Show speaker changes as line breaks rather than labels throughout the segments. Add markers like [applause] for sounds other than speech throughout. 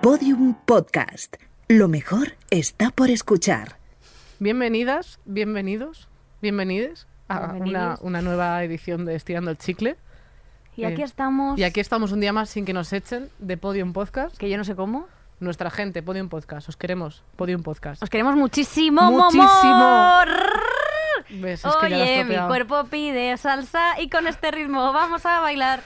Podium Podcast. Lo mejor está por escuchar.
Bienvenidas, bienvenidos, bienvenides a una,
Bienvenidos.
una nueva edición de Estirando el Chicle.
Y aquí
Eh,
estamos.
Y aquí estamos un día más sin que nos echen de Podium Podcast.
Que yo no sé cómo.
Nuestra gente, Podium Podcast, os queremos, Podium Podcast.
[laughs] Os queremos muchísimo,
Muchísimo.
momor.
¿Ves? Es que ya lo has
Oye, mi
tropeado.
cuerpo pide salsa y con este ritmo vamos a bailar.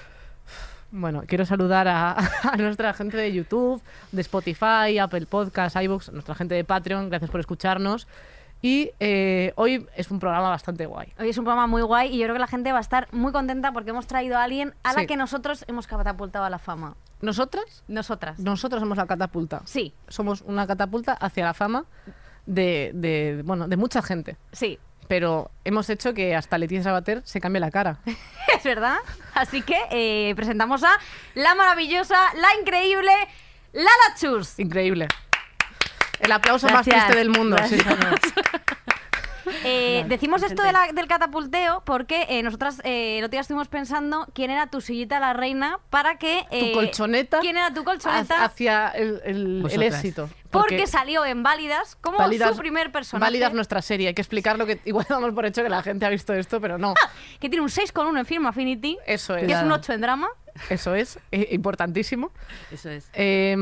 Bueno, quiero saludar a, [laughs] a nuestra gente de YouTube, de Spotify, Apple Podcasts, iVoox, nuestra gente de Patreon, gracias por escucharnos. Y eh, hoy es un programa bastante guay.
Hoy es un programa muy guay y yo creo que la gente va a estar muy contenta porque hemos traído a alguien a la
Sí.
que nosotros hemos catapultado a la fama.
¿Nosotras?
Nosotras.
Nosotras somos la catapulta.
Sí,
somos una catapulta hacia la fama de, de- bueno, de mucha gente.
sí. [laughs]
Pero hemos hecho que hasta Leticia Sabater se cambie la
[laughs]
cara.
Es verdad. Así que eh, presentamos a la maravillosa, la increíble Lala Chus.
Increíble. El aplauso
Gracias.
más triste del mundo. sí,
Gracias.
señor.
Eh,
Vale.
decimos esto de la- del catapulteo porque eh, nosotras eh, el otro día estuvimos pensando quién era tu sillita la reina para que... eh,
colchoneta
¿Quién era tu
Ha-
colchoneta?
Hacia el, el- el
Vosotras.
éxito.
porque, salió en Válidas como su primer personaje.
Válidas nuestra serie. Hay que explicar lo que igual [laughs] damos por hecho que la gente ha visto esto, pero no.
Que tiene un 6,1 en Film Affinity,
Eso
Ah, que
es.
es un 8 en drama.
Eso es. eh, Importantísimo.
Eso es.
Eh,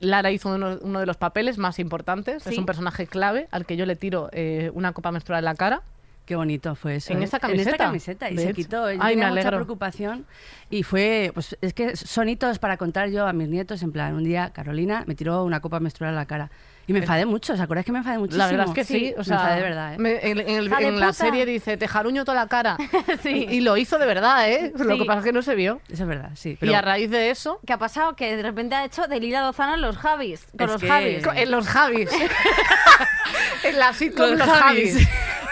Lara hizo uno, uno de los papeles más importantes. Es
Sí.
un personaje clave al que yo le tiro eh, una copa menstrual en la cara.
Qué bonito fue eso.
En
¿eh?
esta
En
camiseta,
esta camiseta. Y
de
se
hecho.
quitó. Yo
Ay, me
tenía mucha
alegro.
preocupación. Y fue, pues es que son hitos para contar yo a mis nietos. En plan, un día Carolina me tiró una copa menstrual a la cara. Y me enfadé mucho. ¿Os acordáis que me enfadé muchísimo?
Eh. La verdad es que sí, o sea,
me enfadé de verdad, ¿eh?
me- en, en el-
Hija de
en la
puta.
serie dice, te jaruño toda la cara.
Sí.
Y lo hizo de verdad, ¿eh? Lo
Sí.
que pasa es que no se vio.
Eso es verdad, sí. Pero
y a raíz de eso,
Que ha pasado que de repente ha hecho de Lila Lozano en los Javis. Con
Es
los
que-
Javis.
co- en los Javis. [laughs] en la sitcom Los,
Los
Javis.
Javis.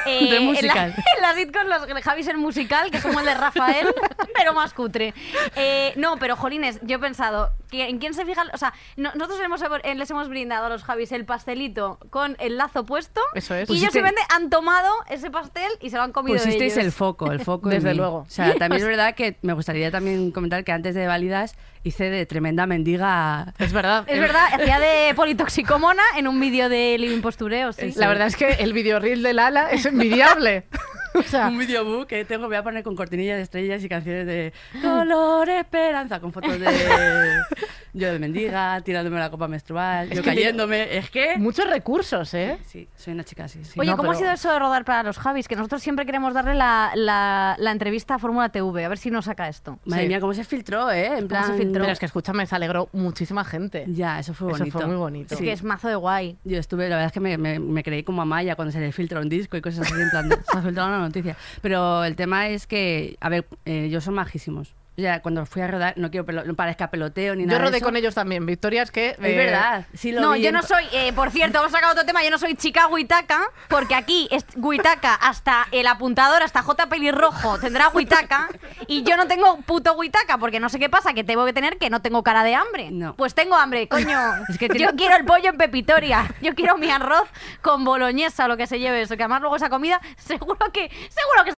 Eh,
de
en la-
musical.
[laughs] En la, sitcom los Javis en musical, que es como el de Rafael, [laughs] pero más cutre. Eh, no, pero Jolines, yo he pensado, ¿qui- ¿en quién se fija? O sea, no- nosotros hemos- eh, les hemos brindado a los Javis el pastelito con el lazo puesto.
Eso es.
Y ellos
Pusiste-
simplemente han tomado ese pastel y se lo han comido
Pusisteis
ellos.
el foco, el foco. en
Desde
mí.
luego.
O sea, también es verdad que me gustaría también comentar que antes de Válidas hice de tremenda mendiga.
Es verdad.
Es
el-
verdad, hacía de politoxicomona en un vídeo de Living Postureo, sí.
La verdad es que el videoreel de Lala es envidiable. [laughs] o sea,
Un videobook que tengo, voy a poner con cortinillas de estrellas y canciones de color esperanza, con fotos de yo de mendiga, tirándome la copa menstrual, yo
que te-
cayéndome. Es que.
muchos recursos, ¿eh?
Sí, soy una chica así. sí.
Oye,
no,
¿cómo
pero-
ha sido eso de rodar para los Javis? Que nosotros siempre queremos darle la, la- la entrevista a Fórmula TV, a ver si nos saca esto.
Madre
sí.
mía, cómo se filtró, ¿eh? En plan.
se filtró?
Pero es que, escúchame, se alegró muchísima gente.
Ya, eso fue
Eso
bonito.
fue muy bonito.
Es
Sí.
que es mazo de guay.
Yo estuve, la verdad es que me, me- me creí como Amaya cuando se le filtra un disco y cosas así, en plan, [laughs] de, se ha filtrado una noticia. Pero el tema es que, a ver, eh, ellos son majísimos. O sea, cuando fui a rodar, no quiero pelo, no parezca peloteo ni
Yo
nada. de
rodé
eso.
con ellos también. Victorias que. eh,
Es verdad, sí lo
no,
vi
yo
en-
no soy, eh, por cierto, vamos a sacar otro tema, yo no soy chica huitaca, porque aquí es huitaca hasta el apuntador, hasta J pelirrojo tendrá huitaca, y yo no tengo puto huitaca, porque no sé qué pasa, que tengo que tener que no tengo cara de hambre.
No.
Pues tengo hambre, coño.
[laughs] Es que
Yo
tiene-
quiero el pollo en pepitoria, yo quiero mi arroz con boloñesa o lo que se lleve eso, que además luego esa comida, [laughs] seguro que, seguro que...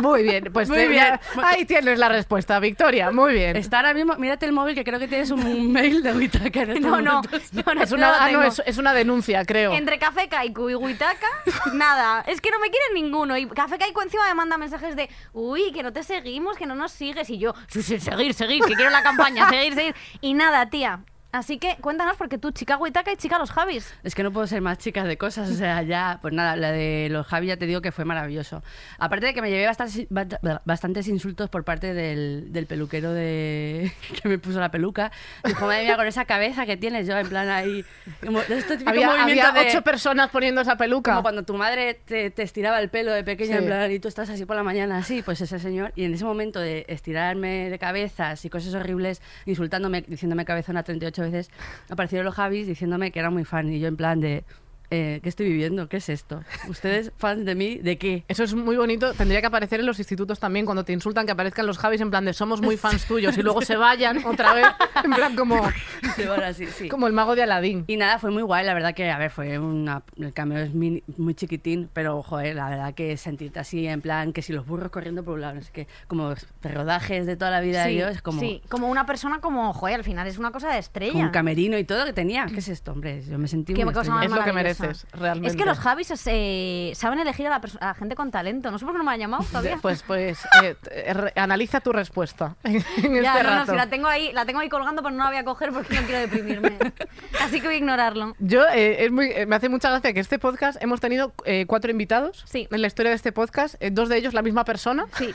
Muy bien, pues
Muy
te-
bien.
ya- [laughs] ahí tienes la respuesta, Victoria. Muy bien.
Está ahora mismo, mírate el móvil que creo que tienes un [laughs] mail de Huitaca en este
No, no,
momento.
yo [laughs] no
Es una,
lo
ah, no,
tengo.
es, es una denuncia, creo.
Entre Café Kaiku y Huitaca, nada. Es que no me quieren ninguno. Y Café Kaiku encima me manda mensajes de, uy, que no te seguimos, que no nos sigues. Y yo, sí, sí, seguir, seguir, que quiero la campaña, seguir, seguir. Y nada, tía. Así que cuéntanos, porque tú, chica Huitaca y chica los Javis.
Es que no puedo ser más chica de cosas, o sea, ya, pues nada, la de los Javi ya te digo que fue maravilloso. Aparte de que me llevé bastantes, bast- bastantes insultos por parte del, del peluquero de [laughs] que me puso la peluca. Dijo, madre mía, con esa cabeza que tienes yo, en plan ahí, como de estos típicos
había
movimientos
había
de-
ocho personas poniendo esa peluca.
Como cuando tu madre te, te estiraba el pelo de pequeña,
Sí.
en plan, y tú estás así por la mañana, así, pues ese señor. Y en ese momento de estirarme de cabezas y cosas horribles, insultándome, diciéndome cabezona 38 veces, aparecieron los Javis diciéndome que era muy fan. Y yo, en plan, de. eh, ¿qué estoy viviendo? ¿Qué es esto? ¿Ustedes [laughs] fans de mí? ¿De qué? [laughs]
Eso es muy bonito. Tendría que aparecer en los institutos también, cuando te insultan, que aparezcan los Javis en plan de somos muy fans tuyos y luego se vayan otra vez, en plan como,
Se van así, sí.
como el mago de Aladín.
Y nada, fue muy guay, la verdad que, a ver, fue una, el cameo es mini- muy chiquitín, pero joder, la verdad que sentirte así, en plan, que si los burros corriendo por un lado, no sé qué, como rodajes de toda la vida de
Sí,
Dios, como,
sí, como una persona como, joder, al final es una cosa de estrella.
como un camerino y todo que tenía. ¿Qué es esto, hombre? Yo me sentí
Qué
muy ¿eh?
cosa
estrella.
más
Es lo que
maravillosa.
mereces, realmente.
Es que los Javis eh, saben elegir a la, perso- a la gente con talento. No sé por qué no me han llamado todavía.
[laughs] Pues, pues, eh, t- eh, re- analiza tu respuesta [laughs] en este
Ya, no, no,
rato.
si la tengo ahí, la tengo ahí colgando, pero no la voy a coger porque no
[laughs]
quiero deprimirme. Así que voy a ignorarlo.
Yo, eh, es muy, eh, me hace mucha gracia que este podcast hemos tenido eh, cuatro invitados
Sí.
en la historia de este podcast, eh, dos de ellos la misma persona.
Sí.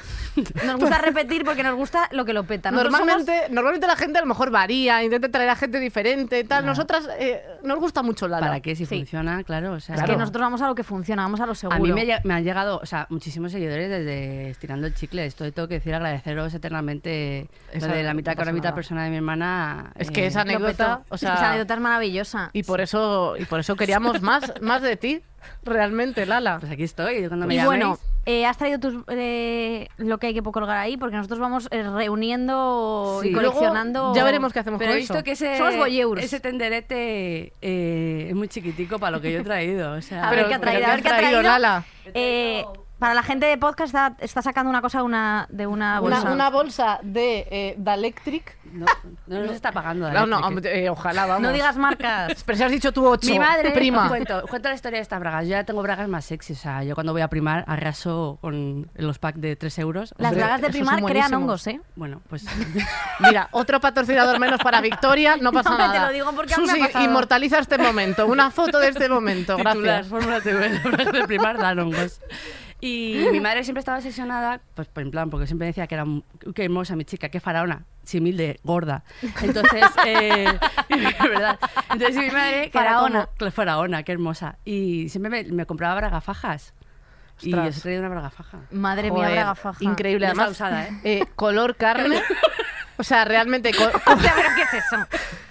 Nos gusta repetir porque nos gusta lo que lo peta. Nosotros
Normalmente, normalmente la gente a lo mejor varía, intenta traer a gente diferente, tal. Nosotras eh, nos gusta mucho la
¿Para qué? Si
Sí.
funciona, claro, o sea,
somos- Es que nosotros vamos a lo que funciona, vamos a lo seguro.
A mí me, lle- me han llegado, o sea, muchísimos seguidores desde Estirando el Chicle. Esto tengo que decir, agradeceros eternamente
Esa-
lo de la mitad
no
cara,
pasa
mitad
nada.
persona de mi hermana. eh,
Es que esa
Lo
anécdota,
petó.
o sea,
Esa anécdota es maravillosa.
y por eso y por eso queríamos más más de ti, realmente, Lala.
Pues aquí estoy, yo cuando me
Y
llaméis-
bueno, eh, has traído tus, eh, lo que hay que colgar ahí, porque nosotros vamos eh, reuniendo
Sí.
y
Luego
coleccionando.
ya veremos qué hacemos
Pero he
con
visto
eso.
que ese,
Somos voyeurs.
ese tenderete eh, es muy chiquitico para lo que yo he traído. O sea,
A ver
Pero-
qué ha
pero ¿qué
traído, a
has
ver qué ha
traído,
traído.
Lala?
Eh, para la gente de podcast está, está sacando una cosa de una, de una
Una,
bolsa.
una bolsa de eh, Dalectric.
no, no nos está pagando.
No, no,
Electric.
hombre, eh, ojalá, vamos.
No
[laughs]
digas marcas.
Pero si has dicho tú ocho,
Mi madre,
prima.
os Cuento, os cuento la historia de estas bragas. Yo ya tengo bragas más sexy. O sea, yo cuando voy a primar arraso con los packs de 3 euros.
Las
Hombre,
bragas de
esos son
primar crean
buenísimos.
hongos, ¿eh?
Bueno,
[laughs]
pues
Mira, otro patrocinador menos para Victoria, no pasa
No, te
nada.
lo digo porque aún me ha
Susi,
pasado.
inmortaliza este momento, una foto de este
[laughs]
momento,
titular,
gracias.
Fórmula TV, [laughs] las bragas de primar dan hongos. Y mi madre siempre estaba obsesionada, pues en plan, porque siempre decía que era mu- qué hermosa mi chica, qué faraona, simil de gorda. Entonces,
[laughs]
eh, [laughs] de verdad. Entonces mi madre, que era
Faraona.
como- claro, faraona, qué hermosa. Y siempre me, me compraba bragafajas. Y yo
Ostras.
os he traído una bragafaja.
Madre mía,
Joder,
braga faja. [laughs]
Increíble,
No está
además.
usada, ¿eh?
eh, color carne. O sea, realmente. co-
O sea, ¿pero qué es eso?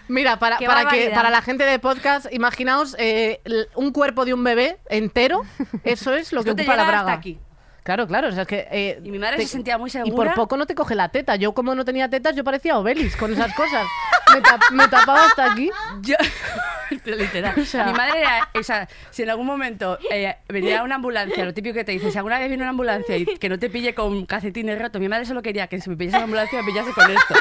Mira, para,
Qué
para, que,
barbaridad.
para la gente de podcast, imaginaos eh, l- un cuerpo de un bebé entero. Eso es lo que
Esto te
ocupa la
llega
braga.
hasta aquí.
Claro, claro. o sea, es que, eh,
Y mi madre se sentía muy
Y por
segura.
poco no te coge la teta. Yo, como no tenía tetas, yo parecía Obelis con esas cosas. Me, tap- me tapaba hasta aquí.
Yo, [laughs] literal.
[laughs] O sea-
Mi madre era, o sea, si en algún momento eh, venía una ambulancia, lo típico que te dices, si alguna vez viene una ambulancia y que no te pille con calcetines rotos, mi madre solo quería que si me pillase la ambulancia me pillase con esto.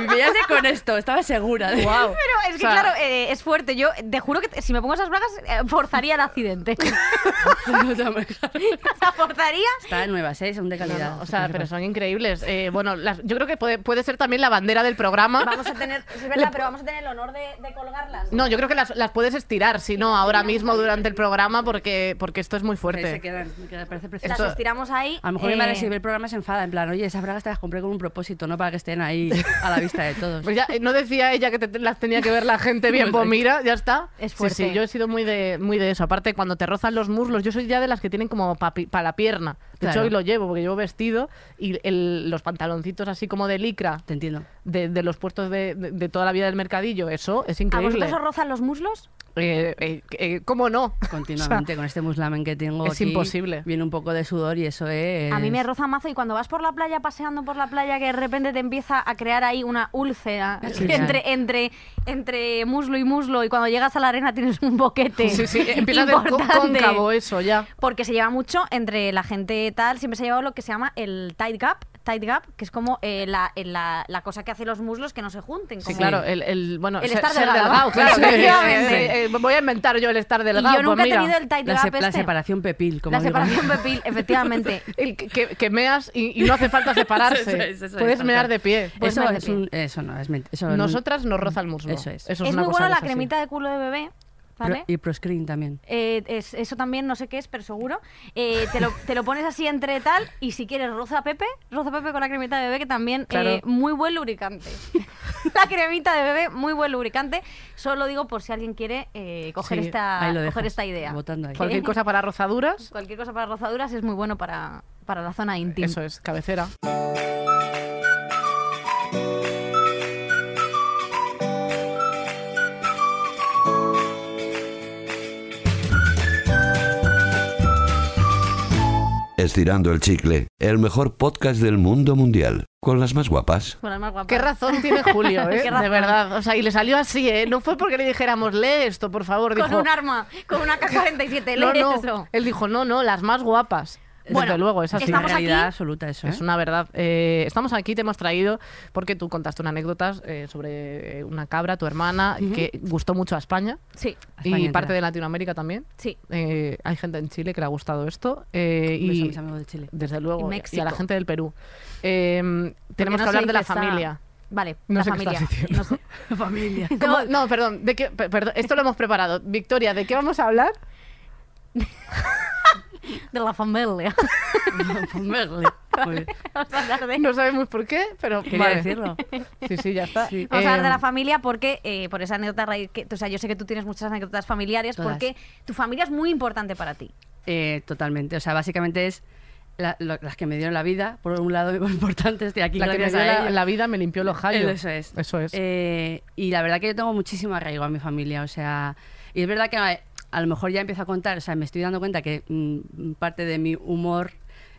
Me pillase con esto, estaba segura. [laughs] De...
Wow.
Pero es que,
O sea-
claro, eh, es fuerte. Yo te juro que te- si me pongo esas bragas, eh, forzaría el accidente. [laughs] O sea, forzaría.
Está nuevas, ¿eh? Son de calidad.
O sea, pero son increíbles. Eh, bueno, las- yo creo que puede, puede ser también la bandera del programa.
Vamos a tener, es verdad, pero vamos a tener el honor de, de colgarlas.
No, yo creo que las, las puedes estirar, si no, ahora mismo durante el programa, porque, porque esto es muy
Ahí se
fuerte.
quedan, se quedan, parece precioso.
Las
esto-
estiramos ahí.
A lo mejor mi
eh,
madre si ve el programa se enfada, en plan, oye, esas bragas te las compré con un propósito, no para que estén ahí a la vista de todos.
Pues ya, eh, no decía ella que te- te- las tenía que ver la gente
[laughs]
bien, pues mira, ya está.
Es
Sí,
fuerte.
Sí, yo he sido muy de, muy de eso. Aparte, cuando te rozan los muslos, yo soy ya de las que tienen como para la pierna. De hecho,
Claro.
hoy lo llevo, porque llevo vestido y el- los pantaloncitos así como de licra,
Te entiendo.
de, de los puestos de, de- de toda la vida del mercadillo, eso es
¿A
increíble.
vosotros os rozan los muslos?
Eh, eh, eh, ¿Cómo no? [laughs]
continuamente con este muslamen que tengo.
es
aquí,
imposible.
Viene un poco de sudor y eso ¿eh? es.
A mí me roza mazo y cuando vas por la playa, paseando por la playa, que de repente te empieza a crear ahí una úlcera [laughs]
Sí.
entre, entre, entre muslo y muslo y cuando llegas a la arena tienes un boquete.
Sí,
[laughs]
sí, empieza a hacer co-
importante.
cóncavo eso ya.
Porque se lleva mucho entre la gente tal, siempre se ha llevado lo que se llama el tight gap, tight gap, que es como eh, la, eh, la- la cosa que hace los muslos que no se junten.
Sí,
como-
claro, el, el- bueno,
El
ser-
estar
ser claro.
delgado. Sí,
sí, sí,
efectivamente.
sí, eh, voy a inventar yo el estar
Y
delgado.
yo nunca
pues
he
mira.
tenido el tight
La,
gap
se- la
este.
separación pepil, como
La
digo [laughs] yo.
separación pepil, efectivamente.
El que, que- que meas y, y no hace
[laughs]
falta separarse.
Eso es, eso es,
Puedes
tal
mear
cual.
de pie.
Pues
eso,
me
es un, eso no, es mentira.
Nosotras nos roza el muslo.
Eso es.
Es,
una
muy
cosa
buena
que
la
así.
cremita de culo de bebé, ¿vale?
y proscreen también.
Eh, es- eso también no sé qué es, pero seguro. Eh, te, lo, te lo pones así entre tal y si quieres roza Pepe, roza Pepe con la cremita de bebé que también
Claro.
eh, muy buen lubricante. [laughs] la cremita de bebé, muy buen lubricante. Solo digo por si alguien quiere eh, coger,
Sí,
esta,
ahí lo dejo,
coger esta idea.
Votando ahí.
Cualquier cosa para rozaduras.
[laughs] Cualquier cosa para rozaduras es muy bueno para, para la zona íntima.
Eso es, cabecera.
Estirando el chicle, el mejor podcast del mundo mundial, con las más guapas.
Con las más guapas.
Qué razón tiene
[laughs]
Julio, ¿eh?
Qué razón.
De verdad. O sea, y le salió así, ¿eh? No fue porque le dijéramos, lee esto, por favor.
Con
dijo,
un arma, con una K47,
no,
lee
no.
eso.
Él dijo, no, no, las más guapas. Desde
Bueno,
luego, es así.
Es una
Estamos aquí.
realidad absoluta eso. ¿eh?
Es una verdad. Eh, estamos aquí, te hemos traído porque tú contaste una anécdota eh, sobre eh, una cabra, tu hermana, que gustó mucho a España
Sí,
España
y
entera.
parte de Latinoamérica también.
sí.
Eh, hay gente en Chile que le ha gustado esto. eh,
Un beso a
y
mis amigos de Chile. [laughs]
desde luego,
Y
eh, y a la
México.
gente del Perú. Eh,
Porque
tenemos
no
que hablar
se
de la
dice esa-
familia.
Vale,
No
la
sé qué
familia.
estás diciendo. [laughs]
No sé.
Familia.
¿Cómo? No, perdón, ¿de qué, per- perdón, esto lo hemos preparado. Victoria, ¿de qué vamos a hablar?
De la familia. [laughs]
Pues Muy bien.
Vamos a hablar de-
No sabemos por qué, pero
Quería
vale.
decirlo.
Sí, sí, ya está.
Sí.
Vamos a hablar de
Eh,
la familia porque, eh, por esa anécdota raíz, que, o sea, yo sé que tú tienes muchas anécdotas familiares
Todas.
porque tu familia es muy importante para ti.
Eh, totalmente. O sea, básicamente es la- lo- las que me dieron la vida, por un lado, [laughs] importante, estoy aquí
La que me
gracias
dio
a
la,
ellas.
la vida me limpió los
Eh,
hallos.
Eso es.
Eso es.
Eh, y la verdad que yo tengo muchísimo arraigo a mi familia, o sea, y es verdad que a, a lo mejor ya empiezo a contar, o sea, me estoy dando cuenta que mm, parte de mi humor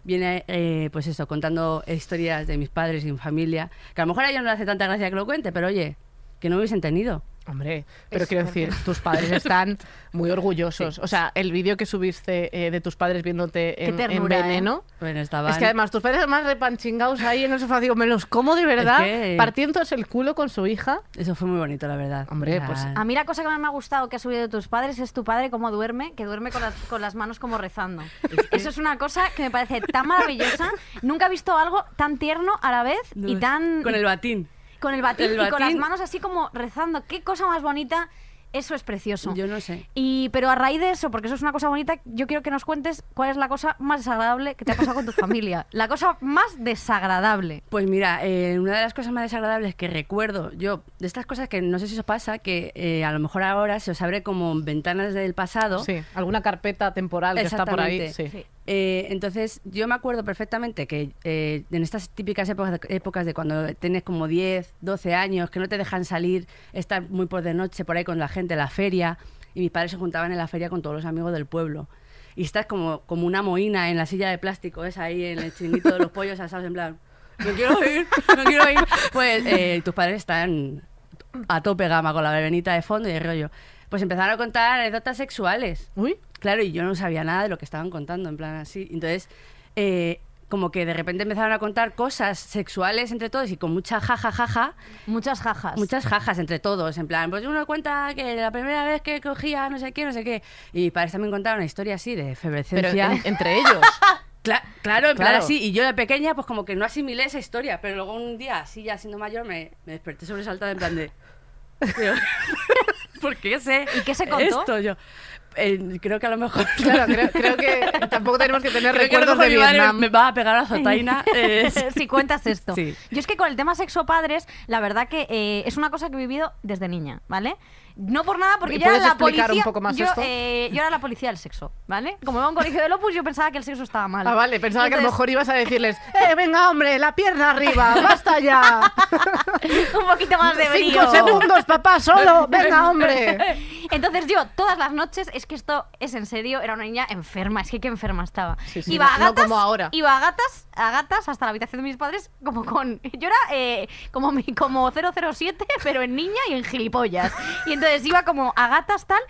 viene, eh, pues eso, contando historias de mis padres y mi familia, que a lo mejor a ellos no le hace tanta gracia que lo cuente, pero oye, que no me hubiesen tenido.
Hombre, pero
es
quiero
fuerte.
decir, tus padres
[laughs]
están muy orgullosos. O sea, el vídeo que subiste eh, de tus padres viéndote en, en
ternura, ¿eh?
Veneno.
Bueno, estaban...
Es que además tus padres además repanchingados ahí en el sofá, digo, me los como de verdad,
que-
partiéndose el culo con su hija.
Eso fue muy bonito, la verdad.
Hombre,
Era-
pues,
A mí la cosa que más me ha gustado que ha subido de tus padres es tu padre cómo duerme, que duerme con las, con las manos como
[laughs]
rezando. Eso es una cosa que me parece tan maravillosa. Nunca he visto algo tan tierno a la vez y tan...
Con el batín.
con el batín
el
y con las
batín.
manos así como rezando. Qué cosa más bonita. Eso es precioso.
Yo no sé.
Y, pero a raíz de eso, porque eso es una cosa bonita, yo quiero que nos cuentes cuál es la cosa más desagradable que te ha
[laughs]
pasado con tu familia. La cosa más desagradable.
Pues mira, eh, una de las cosas más desagradables que recuerdo, yo, de estas cosas que no sé si os pasa, que eh, a lo mejor ahora se os abre como ventanas del pasado.
Sí, alguna carpeta temporal que está por ahí.
Exactamente.
sí.
Eh, entonces, yo me acuerdo perfectamente que eh, en estas típicas épocas de, épocas de cuando tienes como 10, 12 años, que no te dejan salir, estar muy por de noche por ahí con la gente, en la feria, y mis padres se juntaban en la feria con todos los amigos del pueblo. Y estás como, como una moina en la silla de plástico, es ahí en el chinito de los pollos asados, en plan, no quiero ir, no quiero ir. Pues eh, tus padres están a tope gama con la verbenita de fondo y el rollo. Pues empezaron a contar anécdotas sexuales.
Uy,
Claro, y yo no sabía nada de lo que estaban contando, en plan así. Entonces, eh, como que de repente empezaron a contar cosas sexuales entre todos y con mucha jaja, jaja,
Muchas jajas.
muchas jajas entre todos. En plan, pues uno cuenta que la primera vez que cogía no sé qué, no sé qué. Y mis padres también contaron una historia así de
pero
efervescencia.
en- entre
[laughs]
ellos.
Cla- claro, en plan
Claro.
así. Y yo de pequeña, pues como que no asimilé esa historia, pero luego un día, así ya siendo mayor, me, me desperté sobresaltada en plan de. pero- [laughs] ¿Por qué sé?
¿Y qué se contó? [laughs]
Esto yo. Eh, creo que a lo mejor. [laughs]
Claro, creo, creo que tampoco tenemos que tener
Creo que a lo
recuerdos de
mejor mi madre
Vietnam.
Me va a pegar a la zotaina. [laughs] eh, sí.
si cuentas esto.
Sí.
Yo es que con el tema sexo padres, la verdad que eh, es una cosa que he vivido desde niña, ¿vale? No por nada, porque
¿Y
yo era
puedes
la
explicar
policía.
un poco más
yo,
esto?
eh, yo era la policía del sexo, ¿vale? Como iba a un colegio de Opus, yo pensaba que el sexo estaba mal.
Ah, vale, pensaba que a lo
Entonces,
mejor ibas a decirles, ¡eh, venga, hombre, la pierna arriba, basta
[laughs]
ya!
[laughs] Un poquito más de
[laughs]
brillo.
¡Cinco segundos, papá, [laughs] solo! ¡Venga, hombre!
[laughs] Entonces yo todas las noches, es que esto es en serio, era una niña enferma, es que qué enferma estaba.
Sí, sí,
iba a
no- no
gatas,
como ahora.
Iba a gatas, a gatas hasta la habitación de mis padres, como con... [laughs] Yo era eh, como, mi- como 007, [laughs] pero en niña y en gilipollas. Y entonces iba como a gatas tal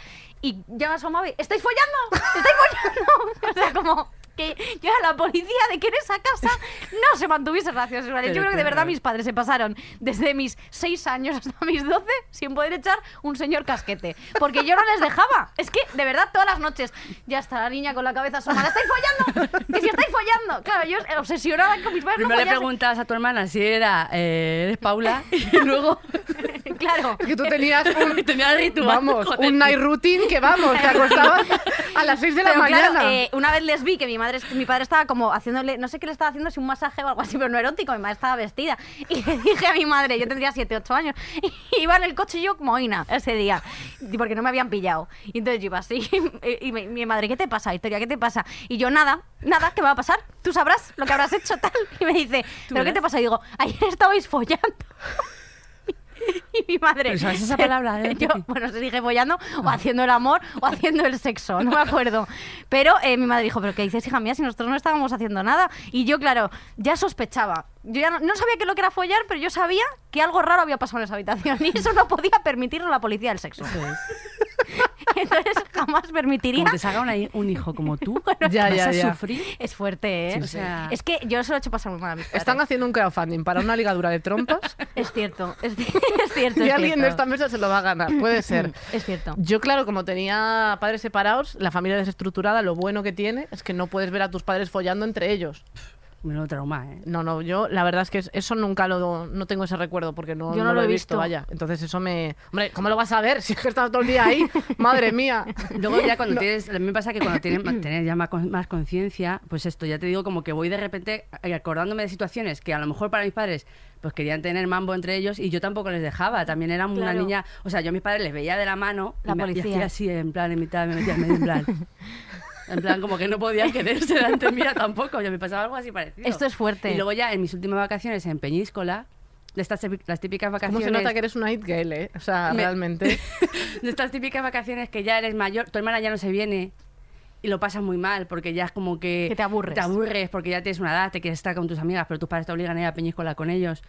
y ya me asomaba y... ¡Estáis follando! ¡Estáis follando! [laughs] O sea, como... Que yo era la policía de que en esa casa no se mantuviese relaciones sexuales. Yo
Pero
creo que
qué
de verdad
horror.
mis padres se pasaron desde mis 6 años hasta mis 12 sin poder echar un señor casquete. Porque yo no les dejaba. Es que, de verdad, todas las noches, ya está la niña con la cabeza asomada. ¿Estáis follando? ¿Que si estáis follando? Claro, yo obsesionada con mis padres. no
Primero le
follasen.
preguntabas a tu hermana si era. eh, ¿Eres Paula? Y luego.
[laughs] Claro.
Es que tú tenías un...
Tenía el ritual.
Vamos,
joder.
un night routine que vamos, te acostabas a las 6 de la
Pero
mañana.
claro, eh, una vez les vi que mi madre, mi padre estaba como haciéndole, no sé qué le estaba haciendo, si un masaje o algo así, pero no erótico, mi madre estaba vestida. [laughs] Y le dije a mi madre, yo tendría 7, 8 años, [laughs] y iba en el coche yo como oina ese día, y porque no me habían pillado. Y entonces yo iba así, [laughs] y, mi, mi madre, ¿qué te pasa, Victoria? ¿Qué te pasa? Y yo, nada, nada, ¿qué va a pasar? Tú sabrás lo que [laughs] habrás hecho tal. Y me dice, ¿pero qué
verás.
te pasa? Y digo, ayer estabais follando. [laughs] y mi madre.
Pero sabes esa palabra, ¿eh?
[laughs] Yo, bueno, se dije follando o haciendo el amor o haciendo el sexo, no me acuerdo. Pero eh, mi madre dijo, ¿pero qué dices, hija mía, si nosotros no estábamos haciendo nada? Y yo, claro, ya sospechaba. Yo ya no, no sabía qué lo que era follar, pero yo sabía que algo raro había pasado en esa habitación [laughs] y eso no podía permitirlo la policía del sexo. [laughs] Entonces jamás permitiría
Pues, Como te salga una hi- un hijo como [laughs] tú,
Ya,
vas
ya,
a
ya.
sufrir.
Es fuerte, ¿eh?
Sí, sí.
O sea, Es que yo se lo he hecho pasar muy mal a mis padres.
Están haciendo un crowdfunding para una ligadura de trompas
Es cierto, es, [laughs] ci- es cierto.
y
es
alguien de
cierto.
esta mesa se lo va a ganar, puede ser.
Es cierto.
Yo, claro, como tenía padres separados, la familia desestructurada, lo bueno que tiene es que no puedes ver a tus padres follando entre ellos.
Menudo trauma, ¿eh?
No, no, yo la verdad es que es- eso nunca lo... No tengo ese recuerdo porque no,
Yo no
no
lo he visto.
vaya. Entonces eso me... Hombre, ¿cómo lo vas a ver [laughs] si es que estás todo el día ahí? Madre mía.
[laughs] Luego ya cuando tienes, a mí me pasa que cuando tienes, tenés ya más, con- más conciencia, pues esto, ya te digo, como que voy de repente eh, acordándome de situaciones que a lo mejor para mis padres, pues querían tener mambo entre ellos y yo tampoco les dejaba, también era una
Claro.
niña, o sea, yo a mis padres les veía de la mano y
La
me- y
policía.
hacía así, en plan, en mitad, me metía en medio,
[laughs]
en plan... En plan, como que no podía quererse delante mía tampoco. Ya me pasaba algo así parecido.
Esto es fuerte.
Y luego ya en mis últimas vacaciones en Peñíscola, de estas típi- las típicas
¿Cómo
vacaciones
se nota que eres una hit girl, eh? O sea,
Me-
realmente.
[laughs] de estas típicas vacaciones que ya eres mayor, tu hermana ya no se viene y lo pasas muy mal porque ya es como que...
Que te aburres.
Te aburres porque ya tienes una edad, te quieres estar con tus amigas, pero tus padres te obligan a ir a Peñíscola con ellos.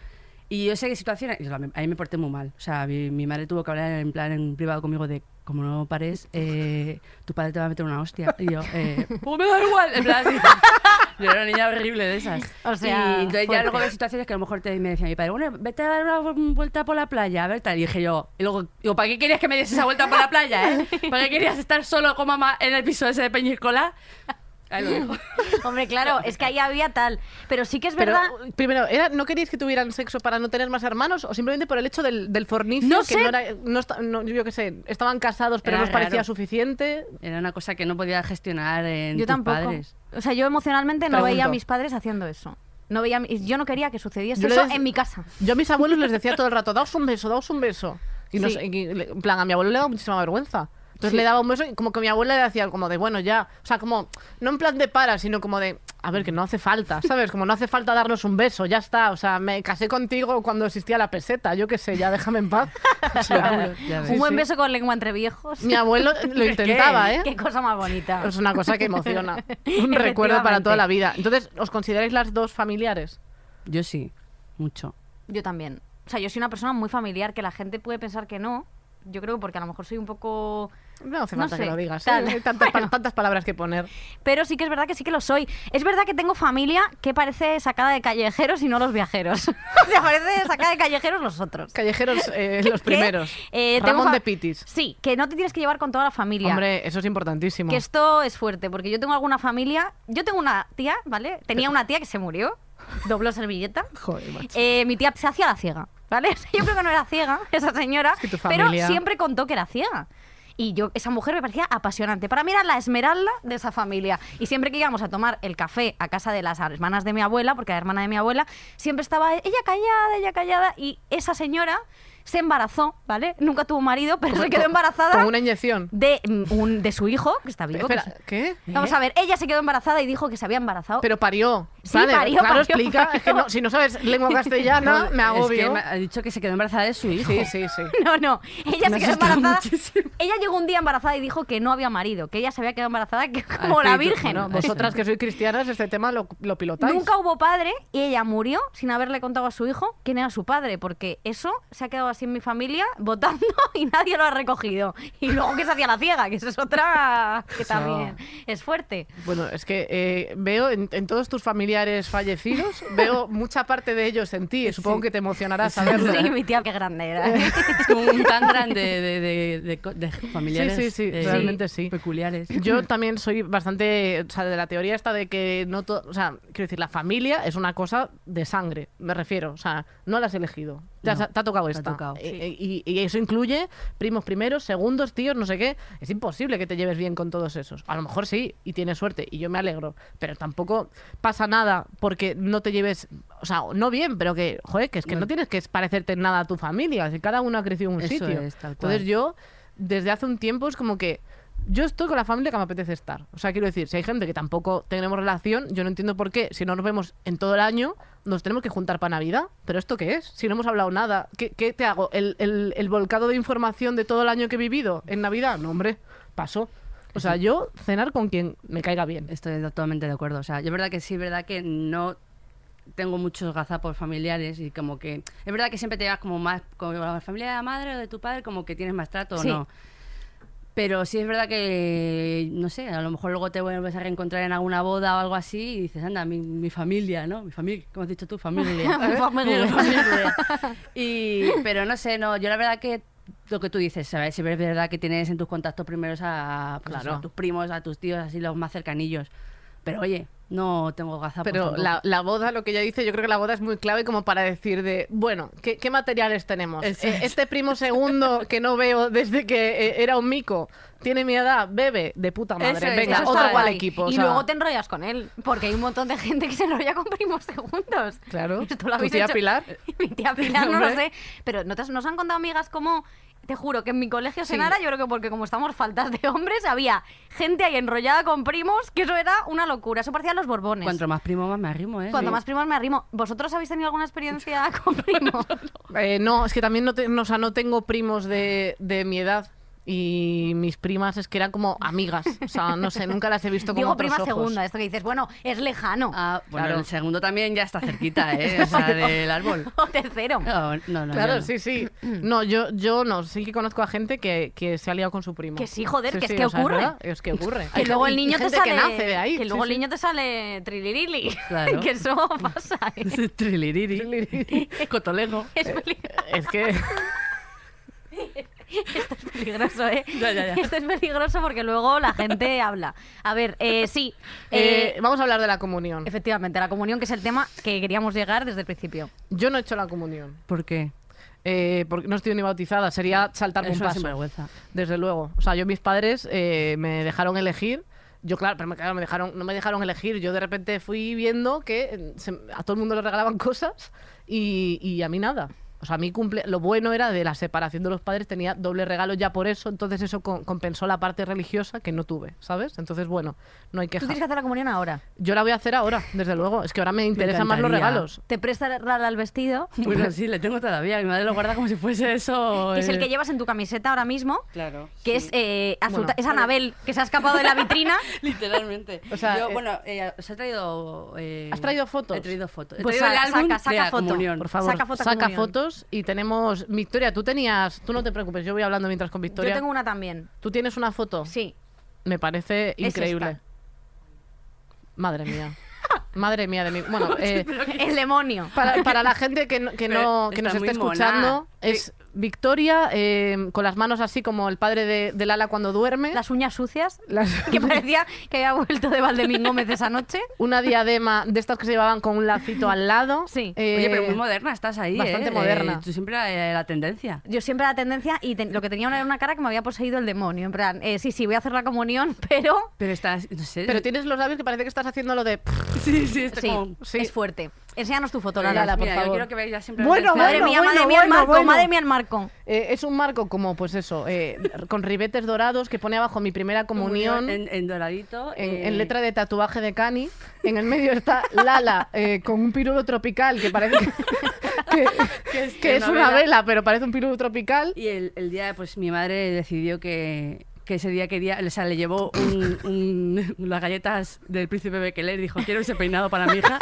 Y yo sé que situaciones... yo también- A mí me porté muy mal. O sea, mi, mi madre tuvo que hablar en plan en privado conmigo de... Como no pares, eh, tu padre te va a meter una hostia. Y yo, eh, "Pues me da igual. En plan, así. [laughs] Yo era una niña horrible de esas.
O sea,
y entonces
fuerte.
ya luego ves situaciones que a lo mejor te, me decía mi padre, bueno, vete a dar una vu- vuelta por la playa, a ver, tal. Y dije yo, y luego, digo, ¿para qué querías que me diese esa vuelta por la playa, eh? ¿Para qué querías estar solo con mamá en el piso ese de Peñíscola? Ahí lo dejo.
Hombre, claro, es que ahí había tal. Pero sí que es
Pero,
verdad.
primero, ¿era, ¿no queríais que tuvieran sexo para no tener más hermanos? ¿O simplemente por el hecho del, del fornicio?
No
que
sé.
No era- no esta- no, yo qué sé, estaban casados pero
Era
no os parecía
raro.
suficiente.
Era una cosa que no podía gestionar en
yo
tus
tampoco.
padres.
O sea, yo emocionalmente no veía a
Pregunto.
mis padres haciendo eso. No veía, a mi- yo no quería que sucediese
Yo le
eso
des-
en mi casa.
Yo a mis abuelos les decía todo el rato, daos un beso, daos un beso. Y no
Sí.
sé, y- y- en plan, a mi abuelo le daba muchísima vergüenza. Entonces
Sí.
le daba un beso y como que mi abuela le hacía como de, bueno, ya. O sea, como, no en plan de para, sino como de, a ver, que no hace falta, ¿sabes? Como no hace falta darnos un beso, ya está. O sea, me casé contigo cuando existía la peseta, yo qué sé, ya déjame en
[laughs]
paz. O sea,
Ya ves.
Sí,
Un buen
sí.
beso con lengua entre viejos.
Mi abuelo lo intentaba, ¿eh?
[laughs] Qué cosa más bonita.
Es una cosa que
[laughs]
emociona. Un recuerdo para toda la vida. Entonces, ¿os consideráis las dos familiares?
Yo sí, mucho.
Yo también. O sea, yo soy una persona muy familiar que la gente puede pensar que no. Yo creo que porque a lo mejor soy un poco
No hace
No
falta
sé,
que lo digas. ¿eh?
tal.
Hay tantas, pa- tantas palabras que poner.
Pero sí que es verdad que sí que lo soy. Es verdad que tengo familia que parece sacada de callejeros y no los viajeros. [laughs] o sea, parece sacada de callejeros los
[laughs]
otros.
Callejeros,
[laughs]
eh, los
Que,
primeros.
eh, tengo
Ramón
fa-
de Pitis.
Sí, que no te tienes que llevar con toda la familia.
Hombre, eso es importantísimo.
Que esto es fuerte, porque yo tengo alguna familia. Yo tengo una tía, ¿vale? Tenía una tía que se murió, [laughs] dobló servilleta.
[laughs] Joder, macho.
Eh, mi tía se hacía la ciega, ¿vale? [laughs] O sea, Yo creo que no era ciega, [laughs] esa señora,
que tu
pero
familia-
siempre contó que era ciega. Y yo, esa mujer me parecía apasionante. Para mí era la esmeralda de esa familia. Y siempre que íbamos a tomar el café a casa de las hermanas de mi abuela, porque la hermana de mi abuela, siempre estaba ella callada, ella callada. Y esa señora se embarazó, ¿vale? Nunca tuvo marido, pero se quedó embarazada
Con una inyección.
de, mm, un, de su hijo, que está vivo. que
Espera,
se-
¿qué?
¿Eh?
Vamos a ver, ella se quedó embarazada y dijo que se había embarazado.
Pero parió.
Sí,
Vale,
parió,
claro,
parió,
explica.
parió.
Es que no- si no sabes
[laughs]
lengua castellana, me
Es que
agobio.
me ha dicho que se quedó embarazada de su hijo.
Sí, sí,
[laughs]
sí.
[laughs] No, no. Ella se
Me
quedó
asusta
embarazada.
muchísimo.
Ella llegó un día embarazada y dijo que no había marido, que ella se había quedado embarazada que,
Ah,
como la
espíritu,
Virgen.
bueno,
Vosotras que sois cristianas, este tema lo, lo pilotáis.
Nunca hubo padre y ella murió sin haberle contado a su hijo quién era su padre, porque eso se ha quedado así en mi familia votando [laughs] y nadie lo ha recogido. Y luego que se hacía la ciega, que eso es otra que también es
[laughs]
fuerte.
Bueno, es que eh, veo en, en todos tus familiares fallecidos, veo mucha parte de ellos en
[laughs]
ti. y Supongo que te emocionará saberlo.
Sí, mi tía, qué grande era.
Es como un tan de, de, de, de co- de familiares.
Sí, sí, sí,
eh,
realmente sí.
Peculiares.
[laughs] Yo también soy bastante, o sea, de la teoría esta de que no todo, o sea, quiero decir, la familia es una cosa de sangre, me refiero, o sea, no la has elegido, te, has-
No,
te ha tocado
te ha
esta.
tocado.
E- e- Y, y eso incluye primos primeros, segundos, tíos, no sé qué, es imposible que te lleves bien con todos esos. A lo mejor sí, y tienes suerte, y yo me alegro, pero tampoco pasa nada porque no te lleves, o sea, no bien, pero que, joder, que es que no,
No.
tienes que parecerte en nada a tu familia, si cada uno ha crecido en un
Eso
sitio.
es, tal
Entonces
cual.
yo, desde hace un tiempo, es como que yo estoy con la familia que me apetece estar. O sea, quiero decir, si hay gente que tampoco tenemos relación, yo no entiendo por qué, si no nos vemos en todo el año, nos tenemos que juntar para Navidad. ¿Pero esto qué es? Si no hemos hablado nada, ¿qué, qué te hago? ¿El, el, el volcado de información de todo el año que he vivido en Navidad? No, hombre, paso. O sea, yo cenar con quien me caiga bien.
Estoy totalmente de acuerdo. O sea, yo es verdad que sí, es verdad que no tengo muchos gazapos familiares y como que es verdad que siempre te llevas como más con la familia de la madre o de tu padre como que tienes más trato o
Sí.
no. Pero sí es verdad que, no sé, a lo mejor luego te vuelves a reencontrar en alguna boda o algo así y dices, anda, mi, mi familia, ¿no? Mi familia, ¿cómo has dicho
[laughs]
tú? Familia.
Mi familia.
Mi familia. Y, pero no sé, no, yo la verdad que lo que tú dices, ¿sabes? Siempre es verdad que tienes en tus contactos primeros a, pues,
Claro.
a tus primos, a tus tíos, así los más cercanillos. Pero oye, no tengo
pues
gazapos.
Pero
tampoco.
la, la boda, lo que ella dice, yo creo que la boda es muy clave como para decir de, bueno, ¿qué, qué materiales tenemos?
Eso
Eh,
es.
Este primo segundo que no veo desde que eh, era un mico, tiene mi edad, bebe, de puta madre.
Eso es,
Venga,
eso
otro
está
para el
guay.
equipo. o
Y
sea,
luego te enrollas con él, porque hay un montón de gente que se enrolla con primos segundos.
Claro.
[laughs] Esto lo
¿Tu
habéis
tía
hecho-
Pilar?
[laughs] Mi tía
[laughs]
Pilar, no lo
Hombre.
sé. Pero ¿no te has- nos han contado amigas como... Te juro que en mi colegio
Sí.
Senara, yo creo que porque como estamos faltas de hombres, había gente ahí enrollada con primos, que eso era una locura. Eso parecía los borbones.
Cuanto más primo, más me arrimo, ¿eh?
Cuanto
Sí.
más primos me arrimo. ¿Vosotros habéis tenido alguna
[laughs]
experiencia con primos?
Eh, no, es que también no, te- no, o sea, no tengo primos de, de mi edad. Y mis primas es que eran como amigas. O sea, no sé, nunca las he visto como
Digo prima
ojos.
segunda, ¿eh? esto que dices, bueno, es lejano.
Ah, bueno,
Claro.
el segundo también ya está
[laughs]
cerquita, ¿eh? O sea, del árbol.
[laughs] O tercero.
Ah.
No, no, no. yo
Claro,
no.
sí,
[clears throat]
sí. No, yo, yo no. Sí que conozco a gente que, que se ha liado con su primo.
Que sí, joder, que es que
o sea,
ocurre.
verdad, es que ocurre.
Que luego el
Y- y
niño te
gente
sale.
que nace de ahí.
que
sí,
luego
sí.
el niño te sale trilirili. [laughs]
Claro.
que eso pasa. ¿eh?
Sí, Triliriri. Cotolejo.
[laughs] Es, peli-
Es que.
esto es peligroso, ¿eh?
Ya, ya, ya.
Esto es peligroso porque luego la gente habla. A ver, eh, sí.
eh,
eh,
vamos a hablar de la comunión.
efectivamente, la comunión, que es el tema que queríamos llegar desde el principio.
Yo no he hecho la comunión.
¿Por qué?
eh, porque no estoy ni bautizada. Sería saltarme
Es
un
una
paso.
sinvergüenza.
Desde luego. O sea, yo mis padres eh, me dejaron elegir. Yo, claro, pero me, claro, me dejaron, no me dejaron elegir. Yo de repente fui viendo que eh, se- a todo el mundo le regalaban cosas y, y a mí nada. O sea, a mí cumple, lo bueno era de la separación de los padres, tenía doble regalo ya por eso, entonces eso co- compensó la parte religiosa que no tuve, ¿sabes? Entonces, bueno, no hay
Tú
queja.
tienes que hacer la comunión ahora.
Yo la voy a hacer ahora, desde luego. Es que ahora me interesan más los
encantaría.
regalos.
Te presta al vestido,
Bueno, sí, le tengo todavía. Mi madre lo guarda como si fuese eso.
que es el
eh,
que llevas en tu camiseta ahora mismo,
Claro.
que
sí.
es eh, azul-
Bueno.
es Anabel, que se ha escapado de la vitrina.
Literalmente.
O sea,
Yo,
eh,
bueno, eh, os he traído. eh,
¿Has traído fotos?
He traído fotos. He
Pues
traído
saca-
álbum
saca- saca
de la
foto.
comunión.
Por favor,
Saca
saca,
foto comunión.
fotos y tenemos... Victoria, tú tenías... Tú no te preocupes, yo voy hablando mientras con Victoria.
Yo tengo una también.
¿Tú tienes una foto?
Sí.
Me parece
Es
increíble.
esta.
Madre mía. Madre mía de mi. Bueno, eh,
El demonio.
para, para la gente que no, que no- que
Pero
nos
está
esté
muy
escuchando,
mona.
es Victoria eh, con las manos así como el padre de, de Lala cuando duerme.
Las uñas sucias,
¿Eh? Las-
[laughs] que parecía que había vuelto de Valdomingo Gómez esa noche.
Una diadema de estas que se llevaban con un lacito al lado.
Sí.
Oye, pero
Eh,
muy moderna estás ahí.
bastante
eh,
moderna.
eh, tú siempre la, la tendencia.
Yo siempre la tendencia y te- lo que tenía era una cara que me había poseído el demonio. En plan, eh, sí, sí, voy a hacer la comunión, [laughs] pero
Pero estás. No sé.
Pero tienes los labios que parece que estás haciendo lo de.
[laughs] Sí, sí, está
sí,
como-
Este sí.
es fuerte. Enséñanos tu foto,
Oye,
Lala.
Lala, por
Mira, yo
favor.
quiero que veáis ya siempre.
Bueno,
dónde
Madre
está.
mía, madre
bueno,
mía, el
bueno,
marco,
bueno.
madre mía, el marco.
Eh, es un marco como, pues eso, eh, con ribetes dorados que pone abajo mi primera comunión.
En, en doradito.
en,
eh,
en letra de tatuaje de Cani. En el medio está Lala eh, con un pirulo tropical que parece que, que es,
[laughs] que
una
novela.
vela, pero parece un pirulo tropical.
Y el, el día, pues mi madre decidió que, que ese día quería, o sea, le llevó un, un- [laughs] las galletas del príncipe Bekeler y dijo, quiero ese peinado para mi hija.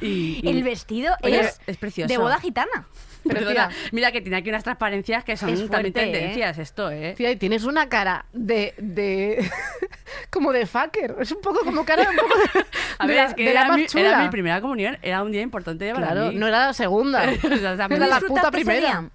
Y, y-
El vestido
Oye,
es,
es precioso.
de boda gitana.
Pero
Perdona,
tía.
mira que tiene aquí unas transparencias que son
Es fuerte,
también tendencias esto, ¿eh?
Tía, y tienes una cara de. de [laughs] como de fucker. Es un poco como cara un poco de,
[laughs] A
de
ver,
la,
es que
de la
era,
más
mi,
chula.
era mi primera comunión, era un día importante para
Claro,
mí.
no era la segunda.
[laughs] O sea, también
era la
¿Disfrutaste
puta
ese
primera.
día?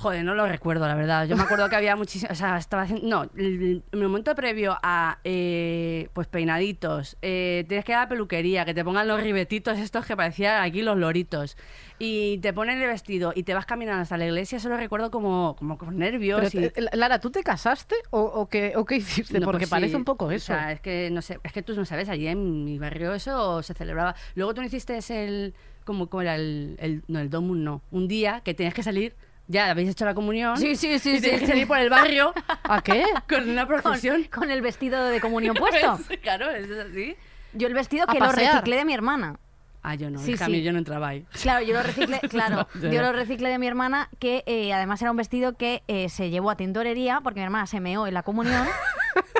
Joder, no lo recuerdo, la verdad. Yo me acuerdo que había muchísimo. O sea, estaba haciendo. No, el, el momento previo a. eh, pues peinaditos. Eh, tienes que ir a la peluquería, que te pongan los ribetitos estos que parecían aquí los loritos. Y te ponen el vestido y te vas caminando hasta la iglesia. Eso lo recuerdo como, como con nervios.
Pero,
y-
eh, Lara, ¿tú te casaste o, o qué, o qué hiciste?
No,
Porque
pues sí.
parece un poco
O
eso.
sea, es que no sé, es que tú no sabes, allí en mi barrio eso se celebraba. Luego tú no hiciste el como como era el, el- no el domun no, un día que tenías que salir ya habéis hecho la comunión.
Sí, sí, sí,
Y tenéis
sí.
que salir por el barrio
¿A
[laughs]
qué?
con una
Con,
procesión.
con el vestido de
[laughs]
comunión
[laughs]
puesto.
¿Ves? Claro, eso es así.
Yo el vestido
A
que lo
pasear.
reciclé de mi hermana.
Ah, yo no,
Sí,
hija
sí.
mía, yo no entraba ahí.
Claro, yo
[laughs]
lo reciclé, claro,
Ya.
yo lo reciclé de mi hermana, que eh, además era un vestido que eh, se llevó a tintorería porque mi hermana se meó en
[laughs]
la comunión.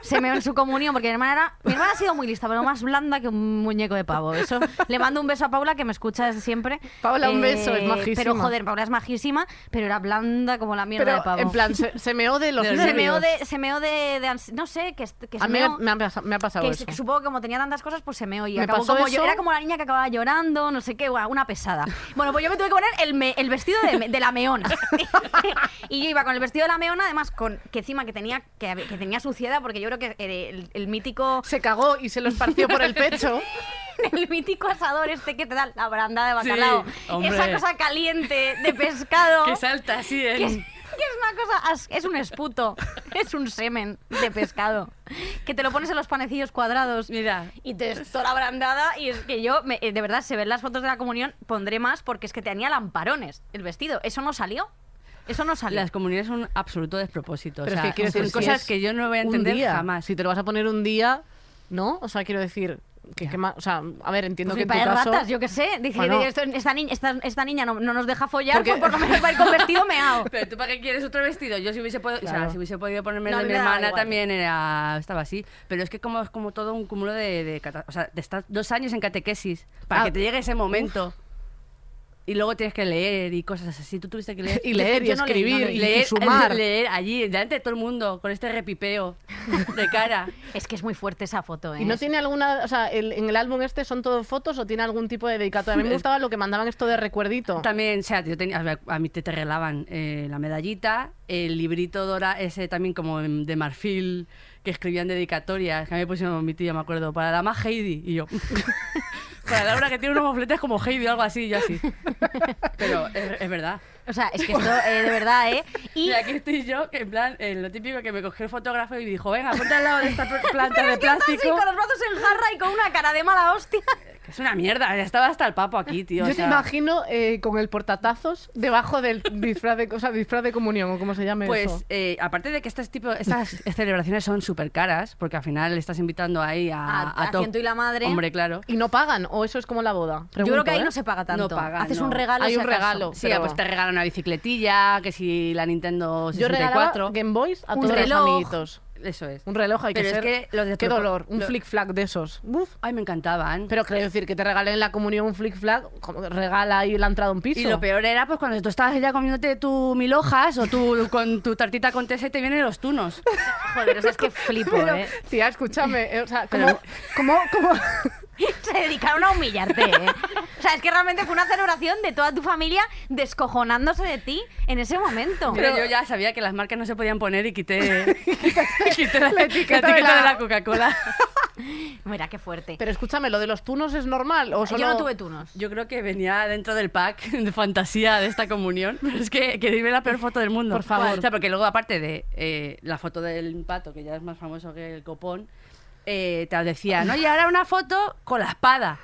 Se meó en su comunión porque mi hermana era, mi hermana ha sido muy lista, pero más blanda que un muñeco de pavo. Eso le mando un beso a Paula que me escucha desde siempre. Eh,
Paula, un beso, es majísima.
Pero joder, Paula es majísima, pero era blanda como la mierda de
Pero
pavo.
en plan, se, se meó de los
Se
se
nervios.
meó de, se meó de, de ans- no sé, que, est- que se
A mí
meó-
me ha, me ha- me ha pasado
que
eso.
se- supongo que como tenía tantas cosas, pues se me oía.
Me
Acabó
pasó
como
eso.
yo- era como la niña que acababa llorando, no sé qué, guau,
[laughs]
una pesada. Bueno, pues yo me tuve que poner el, me- el vestido de, me- de la meona. y yo iba con el vestido de la meona, además, con que encima que tenía, que, que tenía suciedad, porque yo creo que eh, el, el mítico... [laughs]
Se cagó y se los partió por el pecho.
El mítico asador este que te da la branda de bacalao.
Sí, hombre.
Esa cosa caliente de pescado.
Que salta así en...
que es, que es una cosa, as- es un esputo, es un semen de pescado, que te lo pones en los panecillos cuadrados
Mira.
y te es toda la brandada y es que yo, me- eh, de verdad, se ven las fotos de la comunión, pondré más porque es que tenía lamparones el vestido, eso no salió, eso no salió.
Las comunidades son un absoluto despropósito.
Pero
o
es
sea,
que quiero
son
decir, si
cosas
es
que yo no voy a
un
entender
día,
jamás.
Si te lo vas a poner un día, ¿no? O sea, quiero decir, que, que ma- o sea, a ver, entiendo
Pues
que
mi
en
padre
tu caso...
ratas, yo qué sé, dice,
Bueno.
"Esto- esta, niña, esta, esta niña no, no nos deja follar,
Porque-
pues por lo menos va a ir con
[laughs]
vestido meao.
Pero tú para qué quieres otro vestido? Yo si hubiese podido, o
Claro.
sea, si hubiese podido ponerme el
No,
de
a
mi
mí me daba
hermana
igual.
también era estaba así, pero es que como es como todo un cúmulo de, de cata- o sea, te estás dos años en catequesis para
Ah,
que te llegue ese momento. Y luego tienes que leer y cosas así. Tú tuviste que leer.
[laughs] Y leer,
Yo
y
leí,
escribir,
leí.
y- y sumar.
Leer allí, delante de todo el mundo, con este repipeo
[laughs]
de cara.
Es que es muy fuerte esa foto, ¿eh?
¿Y no tiene alguna, o sea, el- en el álbum este son todo fotos o tiene algún tipo de dedicatoria? A mí me gustaba lo que mandaban esto de recuerdito.
También, o sea, yo tenía, a, ver, a mí te, te regalaban eh, la medallita, el librito Dora, ese también como en- de marfil, que escribían dedicatorias, que a mí me pusieron mi tía, me acuerdo, para la más Heidi, y yo. [laughs] para Laura que tiene unos mofletes como Heidi o algo así, y
[laughs]
yo así. Pero es, es verdad.
O sea, es que esto, eh, de
[laughs]
verdad, ¿eh? [laughs]
Y
Y
aquí estoy yo, que en plan, eh, lo típico que me cogió el fotógrafo y me dijo, venga, ponte al lado de esta pl-
[laughs]
planta
Pero
de
es que está así,
plástico.
con los brazos en jarra y con una cara de mala hostia.
Que Es una mierda, ya estaba hasta el papo aquí, tío.
Yo
o
te
sea.
imagino eh, con el portatazos debajo del disfraz de, o sea, disfraz de comunión o como se llame eso.
Pues eh, aparte de que este tipo, estas [laughs] celebraciones son súper caras, porque al final le estás invitando ahí
[laughs]
a,
A- a
top-
ciento y la madre.
Hombre, claro.
¿Y no pagan? ¿O eso es como la boda?
Yo creo
Pregunto,
que ahí
¿eh?
no se paga tanto.
No paga,
Haces
no.
un regalo.
Hay
si
un
acaso.
regalo.
Sí,
pero-
pues te regalan una bicicletilla, que si la Nintendo
Yo regalaba
64.
Game Boys a
Un
todos
reloj.
los amiguitos.
Eso es.
Un reloj hay
Pero
que
es
ser.
que los de-
Qué dolor, un
lo-
flick flag de esos. Uf.
Ay, me encantaban.
Pero quiero decir que te regalen en la comunión un flick flag, como que regala ahí la entrada a un piso. [laughs]
y lo peor era pues cuando tú estabas ya comiéndote tu mil hojas o tu, con tu tartita con tesa y te vienen los tunos.
[laughs] Joder, o sea, es que
[laughs]
flipo,
Pero,
¿eh?
tía, escúchame, eh, o sea, ¿cómo, cómo, cómo- [laughs]
[laughs] Se dedicaron a humillarte, ¿eh? O sea, es que realmente fue una celebración de toda tu familia descojonándose de ti en ese momento.
Pero, yo ya sabía que las marcas no se podían poner y [laughs] quité, quité la,
La etiqueta de la-
de la Coca-Cola.
Mira, qué fuerte.
Pero escúchame, ¿lo de los tunos es normal? O solo...
Yo no tuve turnos.
Yo creo que venía dentro del pack de fantasía de esta comunión, pero es que, que dime la peor foto del mundo.
Por favor.
O sea, porque luego, aparte de eh, la foto del pato, que ya es más famoso que el copón, eh, te decía, no, y ahora una foto con la espada.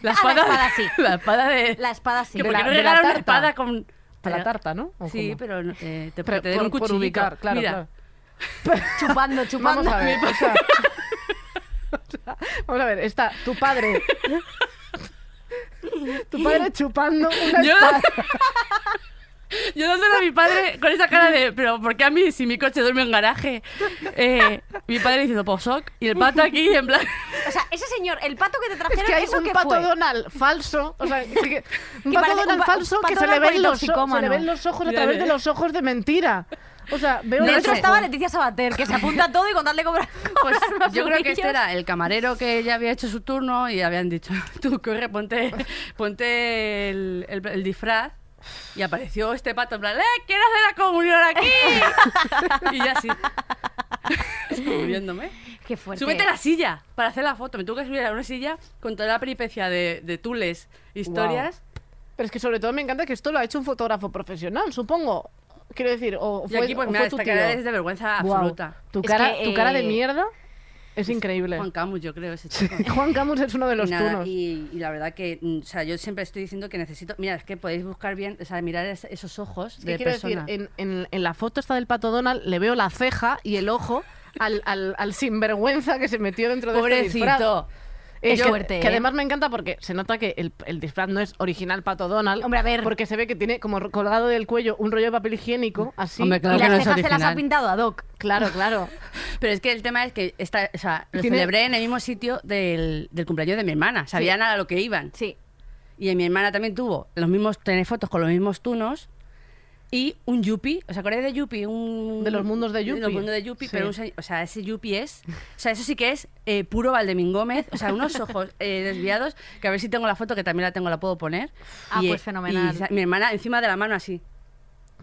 La
Ah, la
espada,
espada sí.
La espada de...
La espada sí.
que
de
¿por qué
la-
no
de la
regalaron una
tarta.
espada con... eh,
Para la tarta, ¿no? ¿O
Sí,
cómo?
pero eh, te,
Pero
te den un
por- por
cuchillito.
ubicar, claro,
Mira,
claro.
Chupando, chupando.
Vamos a ver. o sea- o sea, vamos a ver, está tu padre. tu padre chupando una
[laughs] Yo-
espada.
[laughs] Yo dándole a mi padre con esa cara de, pero ¿por qué a mí si mi coche duerme en garaje? Eh, mi padre diciendo, posoc, y el pato aquí en plan...
O sea, ese señor, el pato que te
Es
trajeron,
que hay
¿eso
un
qué
pato
fue?
Donald falso. O sea, es que- un
Que
pato
parece- un
Donald
pa-
falso
un
que
pato
se le,
Donald
ven los, o- se le
politoxicómano.
ven los ojos a
Ya
través de
ves.
los ojos de mentira. O sea, veo los
Dentro
ojos.
estaba Leticia Sabater, que se apunta a todo y con tal de cobrar. [laughs]
Pues
[laughs]
cobrar
yo
unos
creo que este
eurillos.
era el camarero que ya había hecho su turno y habían dicho, [laughs] tú corre, ponte, ponte el, el- el disfraz. Y apareció este pato en plan, ¡eh, quiero hacer la comunión
[laughs]
aquí! y ya así, [laughs] descubriéndome.
Qué fuerte.
Súbete a la silla para hacer la foto. Me tuve que subir a una silla con toda la peripecia de, de tules, historias.
Pero es que sobre todo me encanta que esto lo ha hecho un fotógrafo profesional, supongo. Quiero decir, o
Y
fue,
aquí, pues
o
mira,
fue tu
esta
tío.
cara es de vergüenza
Guau.
absoluta.
Tu
Es
cara,
que,
tu cara de
eh,
mierda Es increíble. [laughs]
Juan Camus, yo creo, ese chico.
Juan Camus es uno de los
y, nada,
tunos.
y- y la verdad que, mm, o sea, yo siempre estoy diciendo que necesito. Mira, es que podéis buscar bien, o sea, mirar es- esos ojos
Es que
de
quiero
persona.
decir, en, en- en la foto está del pato Donald, le veo la ceja y el ojo al, al- al sinvergüenza que se metió dentro de este disfraz.
Pobrecito.
Es
Yo-
fuerte,
Que
¿eh?
además me encanta porque se nota que el, el disfraz no es original Pato Donald.
Hombre, a ver.
Porque se ve que tiene como ro- colgado del cuello un rollo de papel higiénico, así.
Hombre, Claro
y
que
las
no es
cejas se las ha
original.
pintado a Doc.
Claro, claro.
Pero es que el tema es que esta, o sea, lo
Tiene-
celebré en el mismo sitio del, del cumpleaños de mi hermana. Sabían a lo que iban.
[laughs] Sí.
Y mi hermana también tuvo los mismos, tiene fotos con los mismos tunos. Y un yuppie, ¿os acordáis de yuppie? Un,
De los mundos de yuppie.
los mundos de yuppie,
Sí.
pero un se- o sea, ese yuppie es, o sea, eso sí que es eh, puro Valdemín Gómez, o sea, unos ojos eh, desviados, que a ver si tengo la foto, que también la tengo, la puedo poner.
Ah,
Y,
pues
eh,
fenomenal.
y sa- mi hermana encima de la
[laughs]
mano así.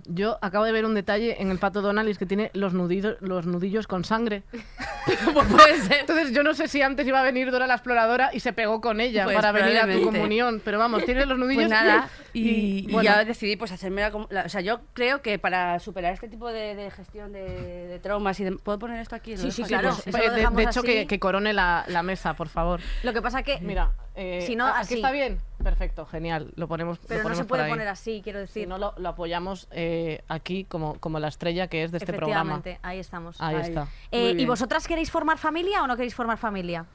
Yo acabo de ver un detalle en el Pato Donald y es que tiene los, nudidos, los nudillos con sangre.
puede ser?
Entonces yo no sé si antes iba a venir Dora la exploradora y se pegó con ella
Pues
para venir a tu
probablemente.
comunión. Pero vamos, tiene los nudillos.
Pues nada, y, y
bueno,
ya decidí pues hacerme la, com- la- O sea, yo creo que para superar este tipo de, de gestión de, de traumas y de... ¿Puedo poner esto aquí? Lo
Sí,
dejo
sí,
aquí.
claro.
pues,
eso
eh,
lo
de- de,
dejamos
hecho, que,
así.
que corone la, la mesa, por favor.
Lo que pasa que.
Mira, eh,
Si no,
¿a- aquí
así.
está bien. Perfecto, genial. Lo ponemos. lo
Pero no
ponemos
se
por
puede
ahí.
poner así, quiero decir.
Si no, lo, lo apoyamos eh, aquí como, como la estrella que es de este programa.
Efectivamente, ahí estamos.
Ahí
Ahí.
está.
Eh,
Muy
¿Y
bien.
vosotras queréis formar familia o no queréis formar familia?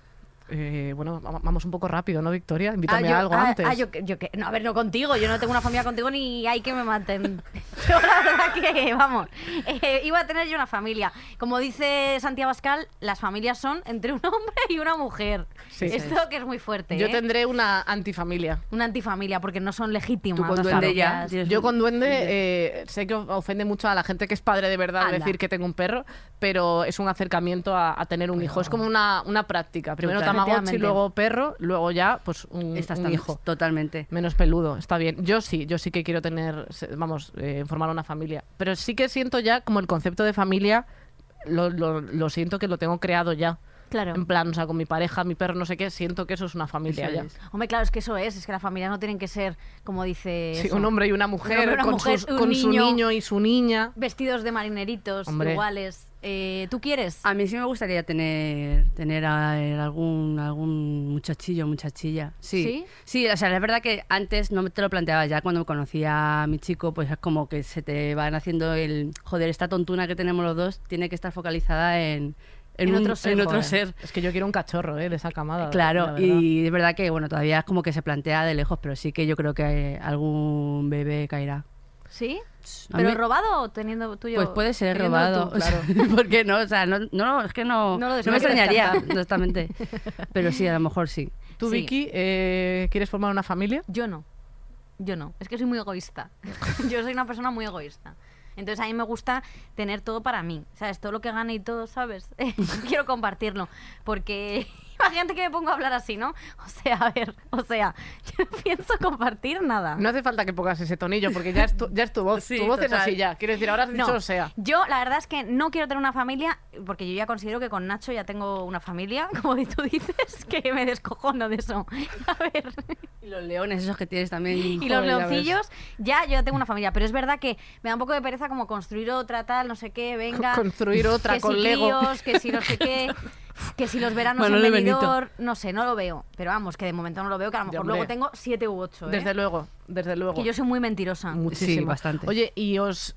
Eh, bueno, va- vamos un poco rápido, ¿no, Victoria? Invítame a algo
ah,
antes.
ah, yo, que- yo que- no, a ver, no contigo. Yo no tengo una familia contigo ni hay que me maten. [laughs] Yo la verdad que, vamos, eh, iba a tener yo una familia. Como dice Santiago Pascal, las familias son entre un hombre y una mujer.
Sí, sí.
Esto que es muy fuerte,
Yo
¿eh?
tendré una antifamilia.
Una antifamilia, porque no son legítimas.
Tú con
las
duende ya.
familias.
tienes
Yo
un-
con duende eh, sé que ofende mucho a la gente que es padre de verdad
Anda.
decir que tengo un perro, pero es un acercamiento a, a tener un hijo. Es como una, una práctica. Primero
Total.
Tamagotchi,
Efectivamente.
luego perro, luego ya pues un,
Estás
un
tan-
hijo.
Totalmente.
Menos peludo, está bien. Yo sí, yo sí que quiero tener, se- vamos, eh, formar una familia. Pero sí que siento ya como el concepto de familia, lo, lo- lo siento que lo tengo creado ya.
Claro.
En plan, o sea, con mi pareja, mi perro, no sé qué, siento que eso es una familia
Eso
ya.
es.
Hombre, claro, es que eso es. Es que las familias no tienen que ser, como dice.
Sí,
eso,
un hombre y una mujer,
hombre, una
con,
mujer,
sus-
un
con su
niño.
niño y su niña.
Vestidos de marineritos,
Hombre.
iguales. Eh, ¿Tú quieres?
A mí sí me gustaría tener, tener a- algún, algún muchachillo, muchachilla. Sí.
¿Sí?
o sea, es verdad que antes no te lo planteaba ya cuando conocí a mi chico, pues es como que se te van haciendo el, joder, esta tontuna que tenemos los dos tiene que estar focalizada en,
En
un-
otro ser,
En otro
joder.
ser.
Es que yo quiero un cachorro, ¿eh? De esa camada. la- la
Claro,
verdad.
y es verdad que bueno, todavía es como que se plantea de lejos, pero sí que yo creo que eh, algún bebé caerá.
¿Sí?
A
¿Pero
mí-
robado o teniendo tuyo?
Pues puede ser
[laughs]
teniéndolo
robado,
tú?
[laughs] claro. ¿Por qué no? O sea, no, no es que no,
No
no,
lo
me
descarto.
extrañaría, honestamente. Pero sí, a lo mejor sí.
¿Tú,
Sí.
Vicky, eh, quieres formar una familia?
Yo no. Yo no. Es que soy muy egoísta. [laughs] Yo soy una persona muy egoísta. Entonces a mí me gusta tener todo para mí. ¿Sabes? Todo lo que gane y todo, ¿sabes? [laughs] Quiero compartirlo. Porque [laughs] imagínate que me pongo a hablar así, ¿no? O sea, a ver, o sea, [laughs] yo no pienso compartir nada.
No hace falta que pongas ese tonillo, porque ya es tu, ya es tu voz.
Sí,
tu voz es
total.
así ya. Quiero decir, ahora has dicho,
No,
o sea.
Yo la verdad es que no quiero tener una familia, porque yo ya considero que con Nacho ya tengo una familia, [laughs] como tú dices, que me descojono de eso. [laughs] A ver.
Y los leones esos que tienes también.
[laughs] y los leoncillos, ya, yo ya tengo una familia, pero es verdad que me da un poco de pereza como construir otra, tal, no sé qué, venga.
Construir otra
que
con
si
Lego.
críos, que si no sé qué, que si los veranos
Manolo y
en
Benito.
Benidorm, no sé, no lo veo. Pero vamos, que de momento no lo veo, que a lo
Ya,
mejor
hombre.
luego tengo siete u ocho, ¿eh?
Desde luego, desde luego.
que yo soy muy mentirosa.
Muchísimo.
Sí, bastante.
Oye, y os.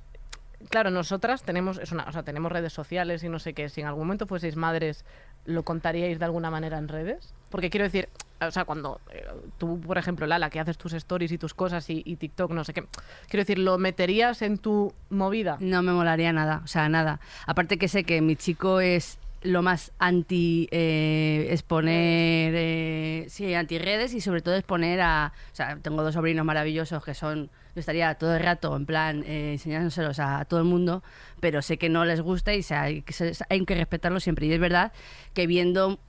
Claro, nosotras tenemos, es una, o sea, tenemos redes sociales y no sé qué. Si en algún momento fueseis madres, ¿lo contaríais de alguna manera en redes? Porque quiero decir, o sea, cuando eh, tú, por ejemplo, Lala, que haces tus stories y tus cosas y, y TikTok, no sé qué. Quiero decir, ¿lo meterías en tu movida?
No me molaría nada, o sea, nada. Aparte que sé que mi chico es lo más anti eh, exponer, eh, sí, anti redes y sobre todo exponer a, o sea, tengo dos sobrinos maravillosos que son, yo estaría todo el rato en plan eh, enseñándoselos a, a todo el mundo, pero sé que no les gusta y o sea, hay, que, se- hay que respetarlo siempre. Y es verdad que viendo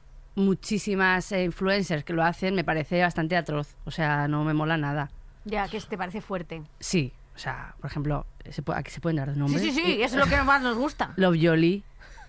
muchísimas eh, influencers que lo hacen me parece bastante atroz, o sea, no me mola nada.
Ya, que es- te parece fuerte.
Sí, o sea, por ejemplo, se pu- aquí se pueden dar
Sí,
nombres.
sí, sí, eso es lo que más nos gusta.
Love Jolie.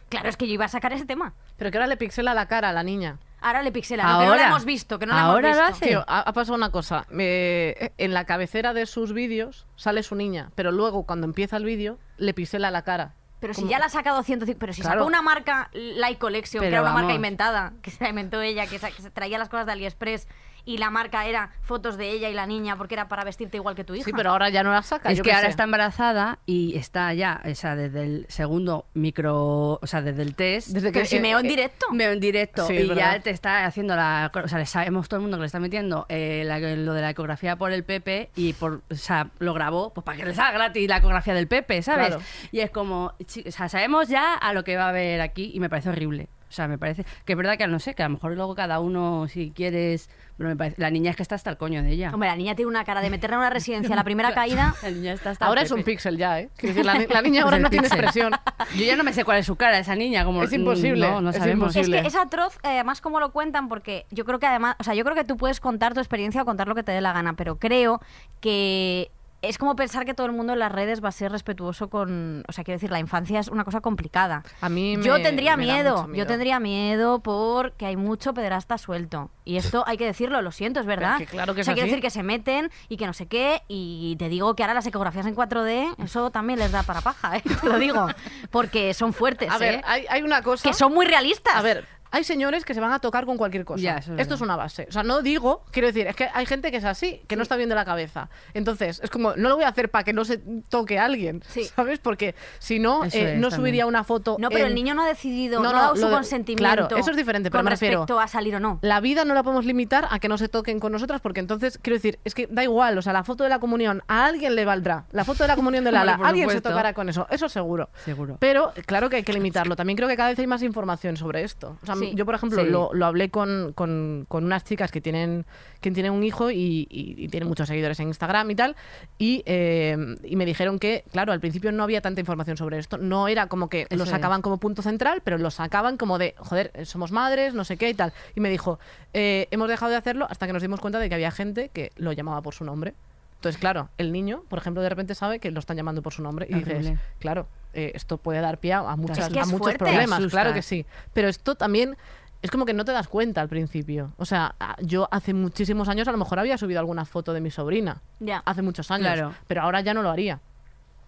Claro, es que yo iba a sacar ese tema.
Pero que ahora le pixela la cara a la niña.
Ahora le pixela, no, que no la
Ahora.
hemos visto, que no la
Ahora
hemos
lo
visto.
hace.
Tío, ha, ha pasado una cosa. Eh, en la cabecera de sus vídeos sale su niña, pero luego cuando empieza el vídeo le pixela la cara.
Pero si ya la ha sacado 105. Pero si
Claro.
sacó una marca Light Collection,
Pero
que era una marca
vamos.
inventada, que se la inventó ella, que, sa- que se traía las cosas de AliExpress y la marca era fotos de ella y la niña porque era para vestirte igual que tu hija.
Sí, pero ahora ya no la saca.
Es
yo
que
qué
ahora
sé.
está embarazada y está ya, o sea, desde el segundo micro, o sea, desde el test.
Desde
Pero
que-
si
eh,
me veo en
eh,
directo.
Veo en directo
Sí, es
y
verdad.
ya te está haciendo la. O sea, le sabemos todo el mundo que le está metiendo eh, la- lo de la ecografía por el Pepe y por. O sea, lo grabó pues para que le salga gratis la ecografía del Pepe, ¿sabes?
Claro.
Y es como. chi- O sea, sabemos ya a lo que va a haber aquí y me parece horrible. O sea, me parece. Que es verdad que no sé, que a lo mejor luego cada uno, si quieres. Pero me parece. La niña es que está hasta el coño de ella.
Hombre, la niña tiene una cara de meterla en una residencia
[laughs]
la primera caída.
[laughs] La niña está hasta el
Ahora es
Pepe.
un píxel ya, ¿eh? Quiero decir, la,
[laughs]
ni- la niña ahora
Es el
no tiene
píxel.
expresión.
Yo ya no me sé cuál es su cara, esa niña. Como, mm,
Es imposible,
No, no
es
sabemos.
Es
imposible.
que es atroz, eh, además, como lo cuentan, porque yo creo que además, o sea, yo creo que tú puedes contar tu experiencia o contar lo que te dé la gana, pero creo que es como pensar que todo el mundo en las redes va a ser respetuoso con, o sea, quiero decir, la infancia es una cosa complicada.
A mí
yo
me-
tendría
me da
miedo,
mucho
yo
miedo.
tendría miedo porque hay mucho pederasta suelto. Y esto hay que decirlo, lo siento, es verdad.
que claro que
o sea,
es
quiero
así.
decir que se meten y que no sé qué, y te digo que ahora las ecografías en 4D, eso también les da para paja, ¿eh? [laughs] te lo digo, porque son fuertes,
A ver,
¿eh?
hay, hay una cosa.
que son muy realistas.
A ver, hay señores que se van a tocar con cualquier cosa.
Ya, eso es
Esto es
verdad.
una base. O sea, no digo, quiero decir, es que hay gente que es así, que no está bien de la cabeza. Entonces, es como, no lo voy a hacer para que no se toque a alguien,
Sí.
¿sabes? Porque si no,
Eso
eh,
es,
no
también.
subiría una foto.
No, pero
en-
el niño no ha decidido,
No,
no,
no,
ha dado
lo
su
de-
consentimiento.
claro, eso es diferente, pero
con
me refiero-
respecto a salir o no.
La vida no la podemos limitar a que no se toquen con nosotras, porque entonces, quiero decir, es que da igual, o sea, la foto de la comunión a alguien le valdrá. La foto de la comunión de
[laughs] Hombre,
Lala,
por
alguien
supuesto.
se tocará con eso, eso seguro.
Seguro.
Pero claro que hay que limitarlo. También creo que cada vez hay más información sobre esto. O sea,
Sí.
yo, por ejemplo,
Sí.
lo, lo hablé con, con- con unas chicas que tienen, que tienen un hijo y, y- y tienen muchos seguidores en Instagram y tal. Y, eh, y me dijeron que, claro, al principio no había tanta información sobre esto. No era como que
Eso
lo
es.
sacaban como punto central, pero lo sacaban como de, joder, eh, somos madres, no sé qué y tal. Y me dijo, eh, hemos dejado de hacerlo hasta que nos dimos cuenta de que había gente que lo llamaba por su nombre. Entonces, claro, el niño, por ejemplo, de repente sabe que lo están llamando por su nombre y dices,
Horrible.
claro, eh, esto puede dar pie a, a muchas-
Es que
a
es
muchos
fuerte.
problemas,
Asusta.
claro que sí. Pero esto también es como que no te das cuenta al principio. O sea, a- yo hace muchísimos años a lo mejor había subido alguna foto de mi sobrina.
Ya,
Hace muchos años.
Claro.
Pero ahora ya no lo haría.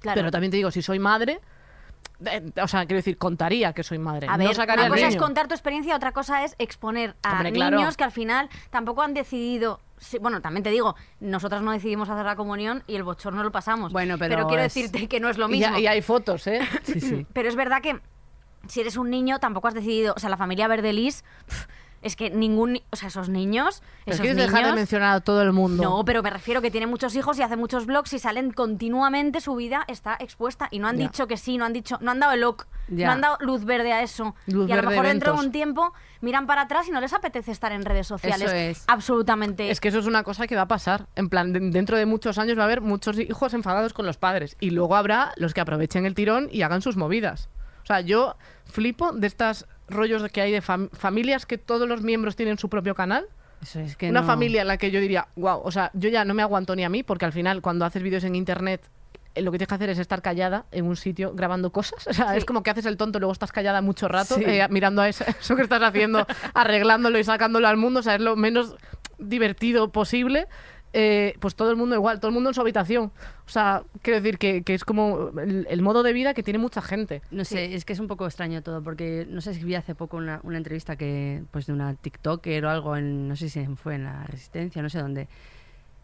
claro.
Pero también te digo, si soy madre, eh, o sea, quiero decir, contaría que soy madre.
a
no
ver,
sacaría
una
el
cosa es
niño.
contar tu experiencia, otra cosa es exponer a
Hombre,
niños
claro.
que al final tampoco han decidido. sí, Bueno, también te digo, nosotras no decidimos hacer la comunión y el bochorno lo pasamos.
Bueno, pero
quiero
es-
decirte que no es lo
Y,
mismo.
ya- y hay fotos,
[laughs]
¿eh?
Sí, sí.
Pero es verdad que si eres un niño tampoco has decidido, o sea, la familia Verdelis pf, es que ningún, ni- o sea, esos niños,
Pero
esos
quieres dejar de
niños-
mencionar a todo el mundo.
No, pero me refiero que tiene muchos hijos y hace muchos blogs y salen continuamente, su vida está expuesta y no han
Ya.
dicho que sí, no han dicho, no han dado el ok,
Ya.
no han dado luz verde a eso.
Luz
y a lo
verde
mejor dentro de
eventos.
un tiempo miran para atrás y no les apetece estar en redes sociales.
Eso es.
Absolutamente.
Es que eso es una cosa que va a pasar. En plan, de- dentro de muchos años va a haber muchos hijos enfadados con los padres. Y luego habrá los que aprovechen el tirón y hagan sus movidas. O sea, yo flipo de estas rollos de que hay de fam- familias que todos los miembros tienen su propio canal.
Eso es que
una
no-
familia en la que yo diría, wow, o sea, yo ya no me aguanto ni a mí, porque al final cuando haces vídeos en internet, eh, lo que tienes que hacer es estar callada en un sitio grabando cosas. [laughs] O sea,
Sí.
es como que haces el tonto, luego estás callada mucho rato,
Sí.
eh, mirando a eso, [laughs] eso que estás haciendo,
[laughs]
arreglándolo y sacándolo al mundo, o sea, es lo menos divertido posible. Eh, pues todo el mundo igual, todo el mundo en su habitación. O sea, quiero decir que, que es como el, el modo de vida que tiene mucha gente.
No sé, es que es un poco extraño todo, porque no sé si vi hace poco una, una entrevista que, pues de una TikToker o algo, en, no sé si fue en la Resistencia, no sé dónde,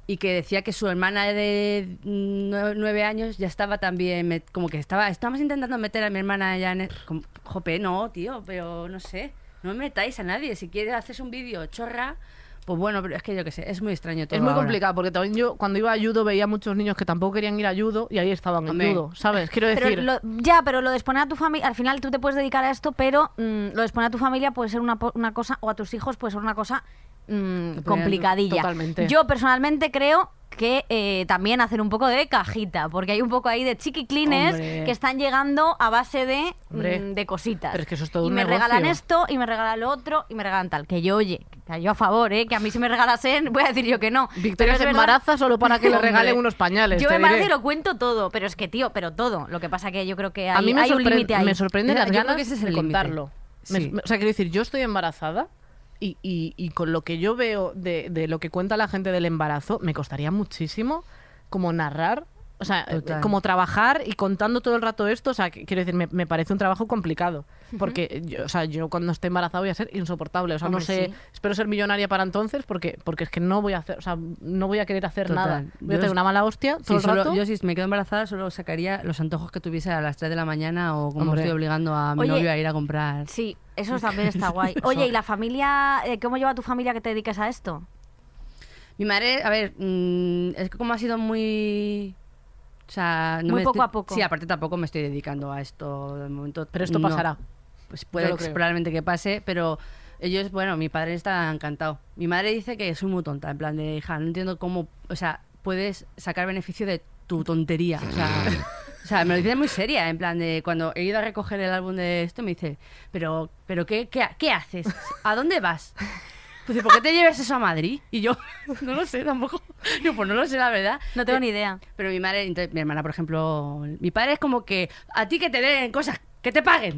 y que decía que su hermana de nue- nueve años ya estaba también, met- como que estaba, estamos intentando meter a mi hermana ya en... el-". Como, Jope, no, tío, pero no sé, no metáis a nadie, si quieres haces un vídeo chorra, pues bueno, pero es que yo qué sé, es muy extraño todo
Es muy
ahora.
complicado porque también yo cuando iba a judo veía muchos niños que tampoco querían ir a judo y ahí estaban en
Hombre.
judo, ¿sabes? Quiero
Pero
decir,
lo- ya, pero lo de exponer a tu familia, al final tú te puedes dedicar a esto, pero mm, lo de exponer a tu familia puede ser una, po- una cosa, o a tus hijos puede ser una cosa mm,
Que puede-
complicadilla.
totalmente.
Yo personalmente creo que eh, también hacer un poco de cajita, porque hay un poco ahí de chiquiclines
Hombre.
que están llegando a base de,
Hombre.
mm, de cositas.
Pero es que eso es todo
y
un
me
negocio.
regalan esto, y me regalan lo otro, y me regalan tal. Que yo, oye, que yo a favor, ¿eh? que a mí si me regalasen, voy a decir yo que no.
Victoria
Pero
se
es verdad-
embaraza solo para que le
Hombre.
regalen unos pañales.
yo
te
me parece
diré.
y lo cuento todo, pero es que, tío, pero todo. Lo que pasa que yo creo que hay,
a mí me,
hay un
sorpre-
límite ahí.
me sorprende
Yo
las
creo
ganas
que ese es
de
el límite.
contarlo. Me-
Sí.
me- o sea, quiero decir, yo estoy embarazada y, y- y con lo que yo veo de, de lo que cuenta la gente del embarazo, me costaría muchísimo como narrar. o sea, eh,
Total.
como trabajar y contando todo el rato esto, o sea, que- quiero decir, me, me parece un trabajo complicado. Porque, yo, o sea, yo cuando esté embarazada voy a ser insoportable. O sea,
Hombre,
no sé,
sí.
espero ser millonaria para entonces porque, porque es que no voy a hacer, o sea, no voy a querer hacer
Total.
nada. Voy
Yo
a tener
es-
una mala hostia
Sí,
todo el
solo-
rato.
yo si me quedo embarazada solo sacaría los antojos que tuviese a las 3 de la mañana o como
Hombre.
estoy obligando a mi
Oye,
novio a ir a comprar.
Sí, eso
[laughs]
también está guay. Oye, ¿y la familia? eh, ¿Cómo lleva tu familia que te dediques a esto?
Mi madre, a ver, mm, es que como ha sido muy... O sea, no
Muy
me
poco
estoy-
a poco.
Sí, aparte tampoco me estoy dedicando a esto de momento.
Pero esto
no.
pasará.
Pues
Yo
puede
lo
que-
creo.
probablemente que pase, pero ellos, bueno, mi padre está encantado. Mi madre dice que soy muy tonta, en plan de, hija, no entiendo cómo, o sea, puedes sacar beneficio de tu tontería. O sea, o sea, me lo dice muy seria, en plan de, cuando he ido a recoger el álbum de esto, me dice, pero, pero ¿qué, qué, ha- qué haces? ¿A dónde vas? Pues, ¿por qué te llevas eso a Madrid? Y yo, [laughs] no lo sé tampoco. Yo, pues no lo sé, la verdad.
No tengo ni idea.
Pero mi madre, entonces, mi hermana, por ejemplo, mi padre es como que a ti que te den cosas, que
[laughs]
te paguen.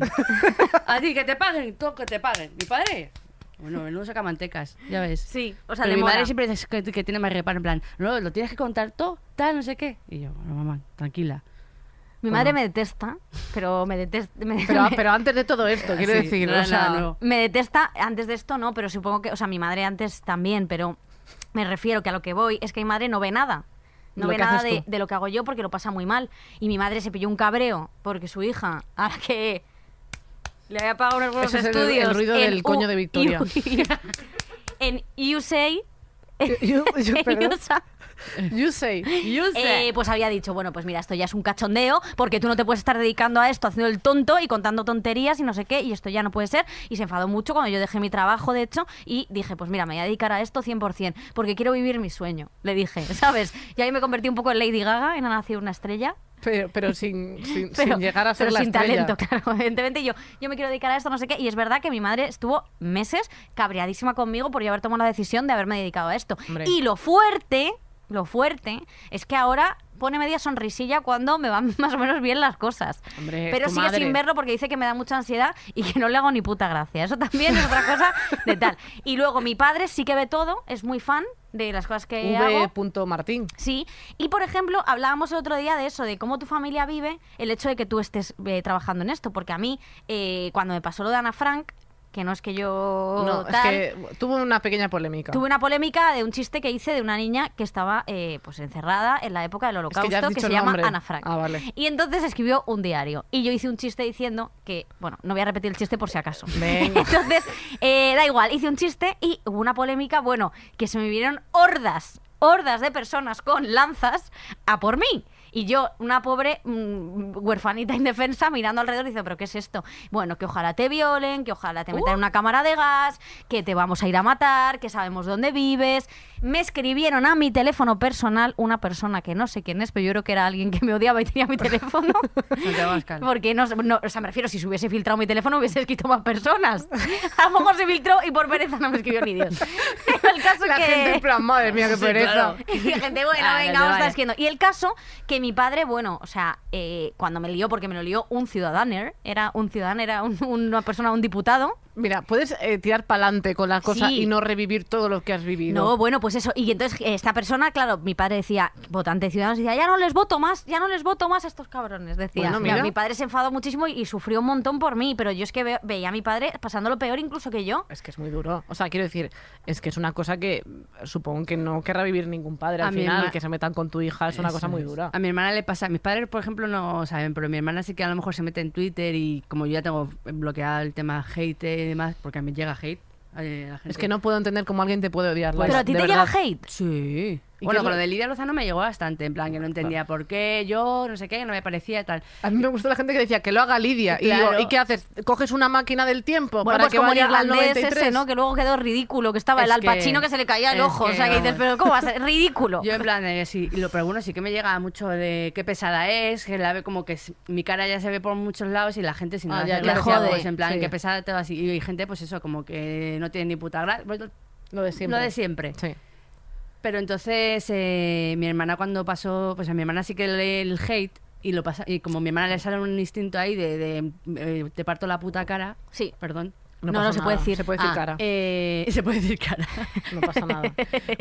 a ti que te paguen, todo que te paguen. Mi padre, bueno, él no saca mantecas, ya ves.
Sí,
pues
o sea,
Pero
le
mi
mola.
madre siempre dice que, que tiene más reparo, en plan, no, lo tienes que contar todo, tal, no sé qué. Y yo, bueno, mamá, tranquila.
Mi madre me detesta, pero me detesta. me-
Pero,
[laughs] me-
pero antes de todo esto, quiero
Sí,
decir,
no era
o sea,
nada nuevo.
Me detesta, antes de esto no, pero supongo que, o sea, mi madre antes también, pero me refiero que a lo que voy es que mi madre no ve nada. No
Lo
ve
que
nada
haces
de,
tú.
de lo que hago yo porque lo pasa muy mal. Y mi madre se pilló un cabreo porque su hija, [laughs] a la que le había pagado unos buenos
Ese es el-
estudios.
el ruido
en
del coño
U-
de Victoria.
[laughs] en USA.
[laughs] Yo- yo-
[laughs] en
perdón.
USA,
you say.
You
eh, pues había dicho, bueno, pues mira, esto ya es un cachondeo, porque tú no te puedes estar dedicando a esto, haciendo el tonto y contando tonterías y no sé qué, y esto ya no puede ser. Y se enfadó mucho cuando yo dejé mi trabajo, de hecho, y dije, pues mira, me voy a dedicar a esto 100%, porque quiero vivir mi sueño, le dije, [laughs] ¿sabes? Y ahí me convertí un poco en Lady Gaga, en Ha nacido una estrella.
Pero, pero sin, sin,
Pero,
sin llegar a ser
pero
la
sin
estrella.
talento, [laughs] claro, evidentemente. Yo, yo me quiero dedicar a esto, no sé qué. Y es verdad que mi madre estuvo meses cabreadísima conmigo por yo haber tomado la decisión de haberme dedicado a esto.
Hombre.
Y lo fuerte, lo fuerte, es que ahora pone media sonrisilla cuando me van [laughs] más o menos bien las cosas.
Hombre, es
Pero
tu
sigue
madre.
sin verlo porque dice que me da mucha ansiedad y que no le hago ni puta gracia. Eso también es otra cosa de tal. Y luego mi padre sí que ve todo, es muy fan de las cosas que hago.
V. Martín.
Sí, y por ejemplo, hablábamos el otro día de eso, de cómo tu familia vive el hecho de que tú estés eh, trabajando en esto, porque a mí, eh, cuando me pasó lo de Ana Frank, que no es que yo...
No, es
tal,
que tuvo una pequeña polémica.
Tuve una polémica de un chiste que hice de una niña que estaba eh, pues encerrada en la época del
ya has
holocausto, que,
dicho
se
el
llama
nombre.
Ana Frank.
Ah, vale.
Y entonces escribió un diario. Y yo hice un chiste diciendo que, bueno, no voy a repetir el chiste por si acaso.
Venga.
Entonces, eh, da igual, hice un chiste y hubo una polémica, bueno, que se me vinieron hordas, hordas de personas con lanzas a por mí. Y yo, una pobre mm, huerfanita indefensa, mirando alrededor, dice, pero ¿qué es esto? Bueno, que ojalá te violen, que ojalá te metan en una cámara de gas, que te vamos a ir a matar, que sabemos dónde vives. Me escribieron a mi teléfono personal una persona que no sé quién es, pero yo creo que era alguien que me odiaba y tenía mi teléfono.
Santiago Abascal.
[laughs]
Porque no, no, o sea, me refiero, si se hubiese filtrado mi teléfono hubiese escrito más personas. [laughs] A lo mejor se filtró y por pereza no me escribió ni Dios. [laughs] Pero el caso
La
que...
gente en plan, madre
[laughs]
mía, qué
Sí,
pereza.
claro.
Y la gente, bueno, venga,
Ah, vale,
vamos a estar
vale.
escribiendo. Y el caso que mi padre, bueno, o sea, eh, cuando me lió, porque me lo lió un ciudadaner, era un ciudadano, era un- una persona, un diputado.
Mira, puedes eh, tirar para adelante con la cosa
Sí.
y no revivir todo lo que has vivido.
No, bueno, pues eso. Y entonces eh, esta persona, claro, mi padre decía, votante de Ciudadanos, decía, ya no les voto más, ya no les voto más a estos cabrones, decía.
Bueno,
Claro,
mira.
mi padre se enfadó muchísimo y, y sufrió un montón por mí, pero yo es que ve- veía a mi padre pasándolo peor incluso que yo.
Es que es muy duro. O sea, quiero decir, es que es una cosa que mm, supongo que no querrá vivir ningún padre
A
al
mi
final.
herma-
Que se metan con tu hija es una
Eso
cosa muy
es.
dura.
A mi hermana le pasa, mis padres, por ejemplo, no saben, pero mi hermana sí que a lo mejor se mete en Twitter y como yo ya tengo bloqueado el tema hate y demás, porque a mí llega hate. eh, la gente.
Es que no puedo entender cómo alguien te puede odiar. Laura,
pero a ti
de
te llega
verdad.
hate.
Sí.
¿Y qué
Bueno,
es
con
lo-
lo de Lidia Lozano me llegó bastante, en plan que no entendía por qué, yo, no sé qué, no me parecía y tal.
A mí me gustó la gente que decía que lo haga Lidia. Y digo,
Claro.
¿y qué haces? ¿Coges una máquina del tiempo
Bueno,
para
pues
que
como el
vaya al
irlandés
93?
ese, ¿no? Que luego quedó ridículo, que estaba
Es
el
que-
alpachino que, se le caía el
es
ojo. o
que,
sea, que dices,
vamos.
pero ¿cómo va a ser? Ridículo.
Yo en plan de sí, y lo pero bueno, sí que me llega mucho de qué pesada es, que la ve como que s- mi cara ya se ve por muchos lados y la gente sin
Ah,
nada
ya,
hace
ya,
gracia,
jode,
pues, en plan
sí.
qué pesada te vas y, y hay gente pues eso como que no tiene ni puta gracia,
Lo de siempre.
Lo de siempre.
Sí.
Pero entonces eh, mi hermana cuando pasó, pues a mi hermana sí que lee el hate y lo pasa y como a mi hermana le sale un instinto ahí de, de, eh, te parto la puta cara.
Sí.
Perdón.
No,
No,
pasa
no se
nada.
puede decir.
Se puede decir
Ah,
cara.
eh, [laughs] se puede
[laughs]
decir cara.
No pasa [laughs] nada.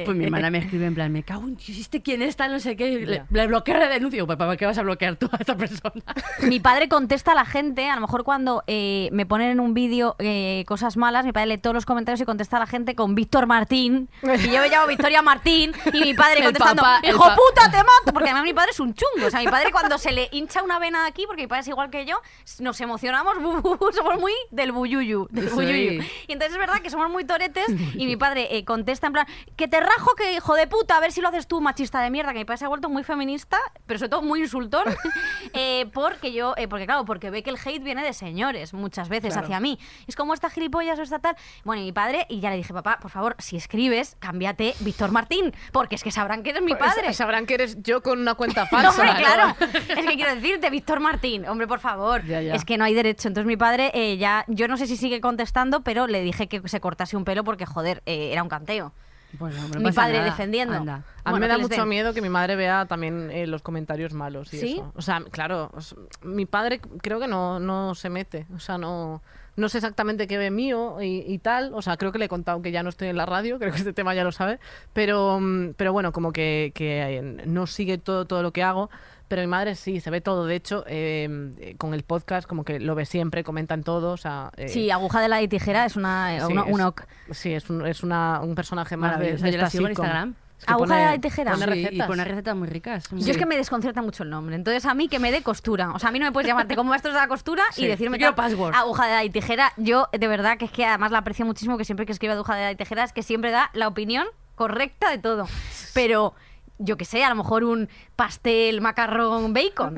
Pues mi hermana me escribe en plan, me cago en Dios, ¿este quién está? No sé qué. y Le,
Ya.
le bloqueo la denuncia. Digo, papá, ¿para qué vas a bloquear tú a esta persona?
[laughs]
Mi padre contesta a la gente, a lo mejor cuando eh, me ponen en un vídeo eh, cosas malas, mi padre lee todos los comentarios y contesta a la gente con Víctor Martín. Y yo me llamo Victoria Martín y mi padre
[laughs] El
contestando,
papá, el
hijo
pa-
puta, te mato. Porque además mi padre es un chungo. O sea, mi padre cuando se le hincha una vena de aquí, porque mi padre es igual que yo, nos emocionamos, [laughs] bu, bu, bu, somos muy del buyuyu. del
Eso
buyuyu.
es.
Y entonces es verdad que somos
[laughs]
muy toretes y mi padre eh, contesta en plan, que te rajo, que hijo de puta, a ver si lo haces tú, machista de mierda, que mi padre se ha vuelto muy feminista, pero sobre todo muy insultón,
[laughs]
eh, porque yo, eh, porque claro, porque ve que el hate viene de señores muchas veces
Claro.
hacia mí. Es como esta gilipollas o esta tal. Bueno, y mi padre, y ya le dije, papá, por favor, si escribes, cámbiate Víctor Martín, porque es que sabrán que eres mi padre.
Pues Sabrán que eres yo con una cuenta
[laughs] No,
falsa.
hombre,
[laughs]
claro. Es que quiero decirte, Víctor Martín, hombre, por favor.
Ya, ya.
Es que no hay derecho. Entonces mi padre eh, ya, yo no sé si sigue contestando, pero le dije que se cortase un pelo porque, joder, eh, era un canteo.
Bueno, no
Mi
pasa
padre
nada.
defendiendo.
Anda.
A mí
Bueno,
me da
que les
mucho
den.
miedo que mi madre vea también eh, los comentarios malos y
¿Sí?
eso. O sea, claro, os- mi padre creo que no, no se mete. O sea, no, no sé exactamente qué ve mío y, y tal. O sea, creo que le he contado que ya no estoy en la radio, [laughs] creo que este tema ya lo sabe. Pero, mm, pero bueno, como que, que, eh, no sigue todo, todo lo que hago. Pero mi madre sí, se ve todo. De hecho, eh, eh, con el podcast como que lo ve siempre, comentan todo. O sea, eh,
Sí, aguja de la y tijera es una, eh,
Sí,
una-
es-
una oc.
Sí, es un, es una- un personaje más de,
Maravilloso.
de
Yo la
esta
sigo en
sitcom.
Instagram.
Es que
Aguja
pone-
de tijera.
pone
Sí, Y
recetas.
pone recetas muy ricas.
Yo es que me desconcierta mucho el nombre. Entonces a mí que me dé costura. O sea, a mí no me puedes llamarte como maestros de la costura
Sí.
y decirme
Yo quiero
tal-
password.
aguja de la y tijera. Yo de verdad que es que además la aprecio muchísimo que siempre que escribe aguja de la y tijera es que siempre da la opinión correcta de todo. Pero yo qué sé, a lo mejor un pastel, macarrón, bacon.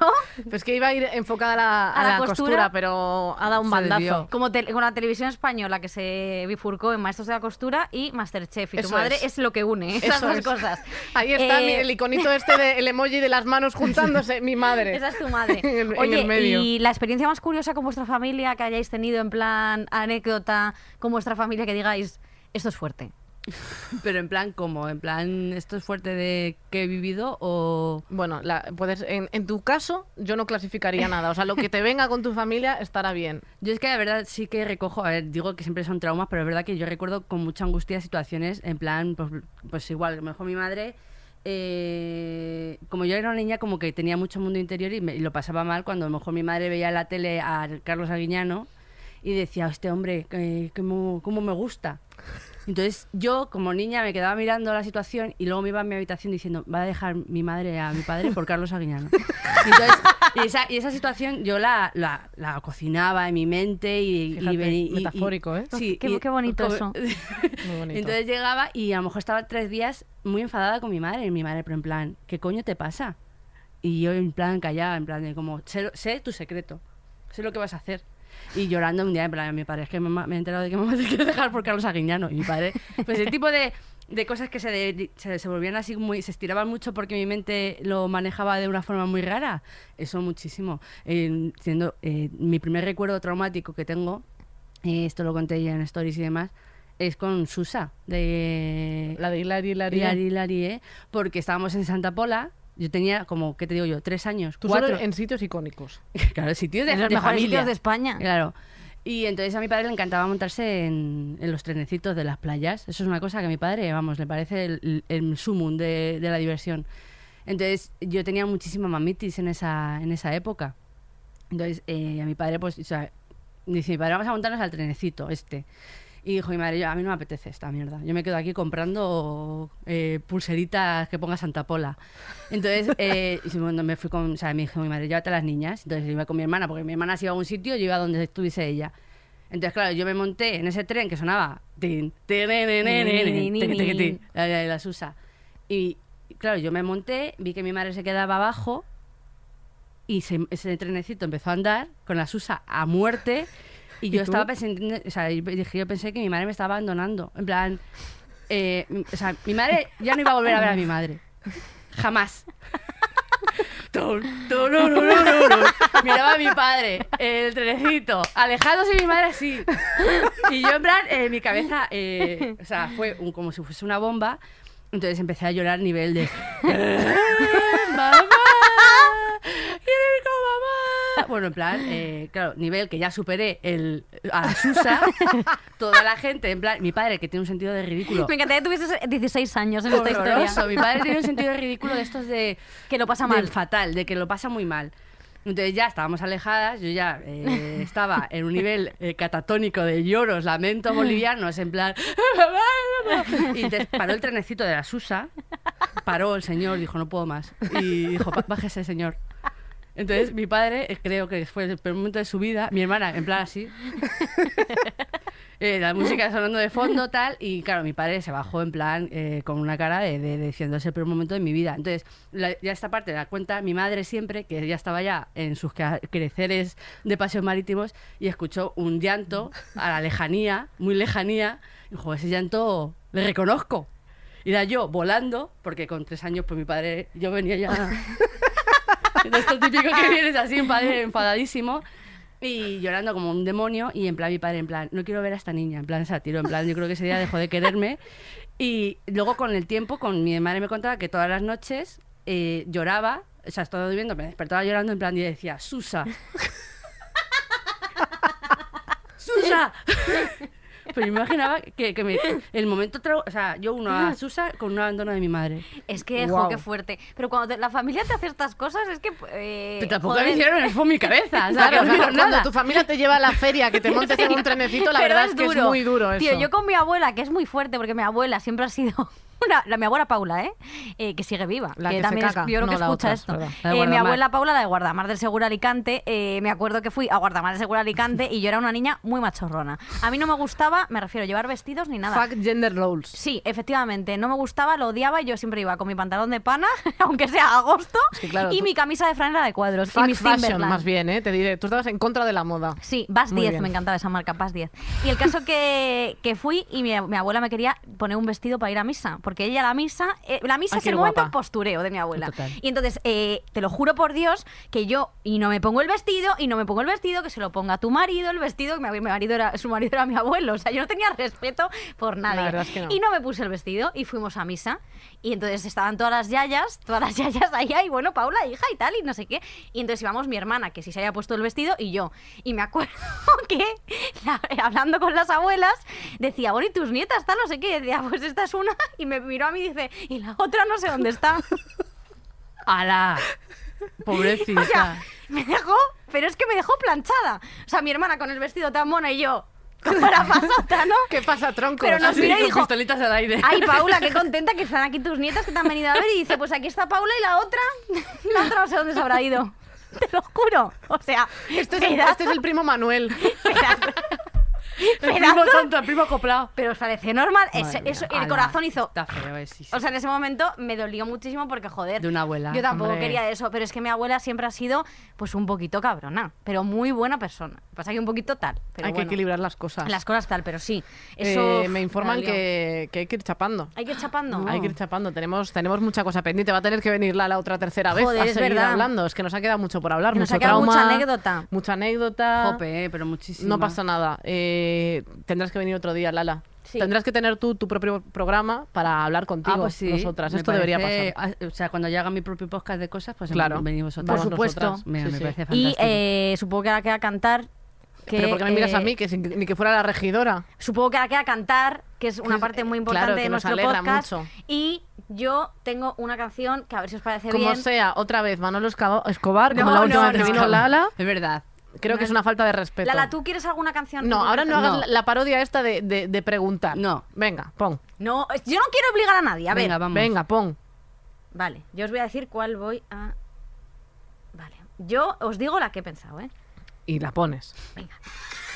¿No?
Pues que iba a ir enfocada a la, a
¿A la
la costura?
costura?
pero ha dado un
Se
bandazo. [laughs]
desvió.
Como tel- con la televisión española que se bifurcó en Maestros de la Costura y Masterchef. Y tu
Eso
madre
es.
es. lo que une ¿eh? esas
Eso
dos
es.
cosas.
Ahí está
Eh,
mi- el iconito este del emoji de las manos juntándose, mi
[laughs]
madre.
Esa es tu madre.
[laughs] En el- en
Oye,
el medio.
y la experiencia más curiosa con vuestra familia que hayáis tenido, en plan anécdota, con vuestra familia que digáis, esto es fuerte.
Pero en plan, ¿cómo? En plan, ¿esto es fuerte de que he vivido o...?
Bueno, la- puedes, en, en tu caso, yo no
[laughs]
clasificaría nada. O sea, lo que te venga con tu familia estará bien.
Yo es que la verdad sí que recojo, a ver, digo que siempre son traumas, pero es verdad que yo recuerdo con mucha angustia situaciones en plan, pues, pues igual, a lo mejor mi madre, eh, como yo era una niña, como que tenía mucho mundo interior y, me- y lo pasaba mal cuando a lo mejor mi madre veía en la tele a Carlos Aguiñano y decía, este hombre, eh, cómo, cómo me gusta. Entonces yo como niña me quedaba mirando la situación y luego me iba a mi habitación diciendo, va a dejar mi madre a mi padre por Carlos Aguiñano. Y Entonces, y esa, y esa situación yo la, la, la cocinaba en mi mente y... y
Fíjate,
veni- y- y-
metafórico, ¿eh?
sí,
Qué-
y-
qué bonito
como- [laughs]
eso.
Muy bonito.
Entonces llegaba y a lo mejor estaba tres días muy enfadada con mi madre. Y mi madre, pero en plan, ¿qué coño te pasa? Y yo en plan callada, en plan de como, sé, sé tu secreto, sé lo que vas a hacer. Y llorando un día, en plan, mi padre, es que mamá- me [laughs] he enterado de que mamá te quiere dejar por Carlos Aguiñano. Y mi padre, pues el tipo de, de cosas que se, de- se, se volvían así muy, se estiraban mucho porque mi mente lo manejaba de una forma muy rara. Eso muchísimo. Eh, siendo, eh, mi primer recuerdo traumático que tengo, eh, esto lo conté ya en stories y demás, es con Susa, de
la de Hilary, Hilary.
Hilari Hilari, ¿eh? porque estábamos en Santa Pola. Yo tenía como, ¿qué te digo yo? Tres años,
Tú
cuatro.
solo en sitios icónicos.
[laughs] Claro, sitios de,
En los
de
mejores
familia.
sitios de España.
Claro. Y entonces a mi padre le encantaba montarse en, en los trenecitos de las playas. Eso es una cosa que a mi padre, vamos, le parece el, el sumum de, de la diversión. Entonces yo tenía muchísima mamitis en esa, en esa época. Entonces eh, a mi padre, pues, o sea, dice mi padre, vamos a montarnos al trenecito este. Y dijo mi madre, yo, a mí no me apetece esta mierda. Yo me quedo aquí comprando eh, pulseritas que ponga Santa Pola. Entonces, eh, y bueno, me fui con, o sea, me dijo mi madre, llévate a las niñas. Entonces yo iba con mi hermana, porque mi hermana se iba a un sitio, yo iba donde estuviese ella. Entonces, claro, yo me monté en ese tren que sonaba tin, tin, tin, tin, tin, tin, tin, tin, tin, la, la- la Susa. Y claro, yo me monté, vi que mi madre se quedaba abajo y se- ese trenecito empezó a andar con la Susa a muerte y yo
tú?
estaba pensando, o sea, yo dije, yo pensé que mi madre me estaba abandonando, en plan, eh, m- o sea, mi madre ya no iba a volver a ver a mi madre,
[laughs]
jamás. Tun, turururururu. Miraba a mi padre, el trenecito, alejándose mi madre así. Y yo, en plan, eh, mi cabeza, eh, o sea, fue un- como si fuese una bomba. Entonces empecé a llorar a nivel de... "Eh, ¡Mamá! ¡Quiero ir con mamá! Bueno, en plan, eh, claro, nivel que ya superé el, a Susa, toda la gente, en plan, mi padre que tiene un sentido de ridículo.
Me encantaría que tuvieses 16 años en esta
horroroso,
historia.
mi padre tiene un sentido de ridículo de estos de...
[laughs] Que lo pasa
del
mal.
fatal, de que lo pasa muy mal. Entonces ya estábamos alejadas, yo ya
[laughs]
eh, estaba en un nivel eh, catatónico de lloros, lamentos bolivianos, en plan... [laughs] Y entonces paró el trenecito de la Susa, paró el señor, dijo, no puedo más. Y dijo, "Ba- bájese, señor. Entonces mi padre, eh, creo que fue el peor momento de su vida, mi hermana, en plan así... eh, la música sonando de fondo, tal, y claro, mi padre se bajó en plan eh, con una cara de, de- de diciendo es el peor momento de mi vida. Entonces, la- ya esta parte la cuenta mi madre siempre, que ya estaba ya en sus ca- creceres de paseos marítimos, y escuchó un llanto a la lejanía, muy lejanía, y dijo, ese llanto le reconozco. Y era yo volando, porque con tres años, pues mi padre, yo venía ya [laughs] de esto típico que vienes así, un padre enfadadísimo. Y llorando como un demonio. Y en plan, mi padre, en plan, no quiero ver a esta niña. En plan, se la tiró. En plan, yo creo que ese día dejó de quererme. Y luego, con el tiempo, con mi madre me contaba que todas las noches eh, lloraba. O sea, estaba durmiendo, me despertaba llorando. En plan, y decía, Susa. ¡Susa! Pero yo me imaginaba que, que me- el momento... trau- O sea, yo uno a Susa con un abandono de mi madre.
Es que, jo,
Guau.
qué fuerte. Pero cuando te- la familia te hace estas cosas, es que. eh,
Pero tampoco
joder.
me hicieron, fue
[laughs]
mi cabeza. O sea,
Claro,
que no
cuando,
hicieron nada.
tu familia te lleva a la feria, que te montes en un trenecito, la
Pero
verdad es, que es muy duro eso.
Tío, yo con mi abuela, que es muy fuerte, porque mi abuela siempre ha sido. [laughs] Una, la, mi abuela Paula, ¿eh? Eh, Que sigue viva.
La que se
también es-
caga,
yo creo
no
que
la
escucha
otra, es
esto.
verdad.
La de
Eh, mi
Guardamar.
abuela Paula, la de Guardamar del Segura Alicante, eh, me acuerdo que fui a Guardamar del Segura Alicante y yo era una niña muy machorrona. A mí no me gustaba, me refiero, llevar vestidos ni nada.
Fuck gender roles.
Sí, efectivamente, no me gustaba, lo odiaba y yo siempre iba con mi pantalón de pana, [laughs] aunque sea agosto,
que claro,
y
tú-
mi camisa de franela de cuadros. y
Fuck
mis
fashion,
Timberland.
más bien, ¿eh? Te diré, tú estabas en contra de la moda.
Sí, Bas
Muy
10,
bien.
me encantaba esa marca, Bas 10. Y el caso que, que fui y mi, mi abuela me quería poner un vestido para ir a misa, porque ella la misa, eh, la misa
Ay,
es
qué
el momento
guapa.
postureo de mi abuela.
Total.
Y entonces, eh, te lo juro por Dios, que yo, y no me pongo el vestido, y no me pongo el vestido, que se lo ponga tu marido, el vestido, que mi, mi marido era, su marido era mi abuelo, o sea, yo no tenía respeto por nadie.
verdad es que no.
Y no me puse el vestido y fuimos a misa. Y entonces estaban todas las yayas, todas las [laughs] yayas allá, y bueno, Paula, hija y tal, y no sé qué. Y entonces íbamos mi hermana, que sí se había puesto el vestido, y yo. Y me acuerdo [laughs] que la- hablando con las abuelas, decía, bueno, y tus nietas, tal, no sé qué. Y decía, pues esta es una, y me miró a mí y dice, y la otra no sé
[laughs]
dónde está. [laughs]
¡Hala! Pobrecita.
O sea, me dejó, pero es que me dejó planchada. O sea, mi hermana con el vestido tan mona y yo, [laughs] con la pasota, ¿no?
¿Qué pasa, tronco?
Pero nos
Así,
miró y
con
dijo,
pistolitas al aire.
Ay, Paula, qué contenta que están aquí tus nietas que te han venido a ver. Y dice, pues aquí está Paula y la otra, [laughs] la otra no sé dónde se habrá ido. Te lo juro. O sea,
Este es, el,
pedazo-
este es el primo Manuel.
[laughs] pedazo-
[laughs]
el primo
pedazo-
tonto, el primo acoplado.
Pero os parece normal. Ese-
Madre mía,
eso- el
ala,
corazón hizo...
Está feo, eh, sí, sí.
O sea, en ese momento me dolió muchísimo porque, joder...
De una abuela,
Yo tampoco
hombre.
quería eso, pero es que mi abuela siempre ha sido, pues, un poquito cabrona, pero muy buena persona. Lo que Pasa que un poquito tal, pero
hay que
bueno.
equilibrar las cosas.
Las cosas tal, pero sí.
Eh,
Eso...
me
me
informan
dolió.
que, que hay que ir chapando.
Hay que ir chapando.
Hay que ir chapando. Tenemos, tenemos mucha cosa pendiente. Va a tener que venir la, la otra tercera vez
Joder,
a
es
seguir
verdad.
hablando. Es que nos ha quedado mucho por hablar.
Nos
mucho
ha quedado
trauma,
mucha anécdota.
Mucha
Ah.
anécdota.
Jope, eh, pero muchísimo.
No pasa nada. Eh, tendrás que venir otro día, Lala.
Sí.
Tendrás que tener tú tu propio programa para hablar contigo,
Ah, pues sí.
nosotras.
me
Esto debería
parece-
pasar.
ah, O sea, cuando yo haga mi propio podcast de cosas, pues
Claro.
venimos
Por
otras.
supuesto.
nosotras. Mira,
Sí,
me
sí.
parece
Y
fantástico.
eh, supongo que ahora queda cantar. Que,
Pero ¿por qué me miras
eh,
a mí? Que sin- ni que fuera la regidora.
Supongo que ahora queda cantar, que es
Que-
una
eh,
parte muy
claro,
importante
que
de
nos
nuestro
alegra
podcast.
mucho.
Y yo tengo una canción que a ver si os parece
Como
bien.
sea, otra vez, Manolo Esca- Escobar, como
No,
la última
no,
vez
no.
que vino Lala,
Es verdad.
creo que es una falta de respeto.
Lala, ¿tú quieres alguna canción?
No,
en
ahora no
concreto?
hagas
No.
la- la parodia esta de, de- de preguntar.
No.
Venga, pon.
No, es- yo no quiero obligar a nadie. A ver.
Venga, vamos.
Venga, pon.
Vale, yo os voy a decir cuál voy a. Vale. Yo os digo la que he pensado, ¿eh?
Y la pones.
Venga.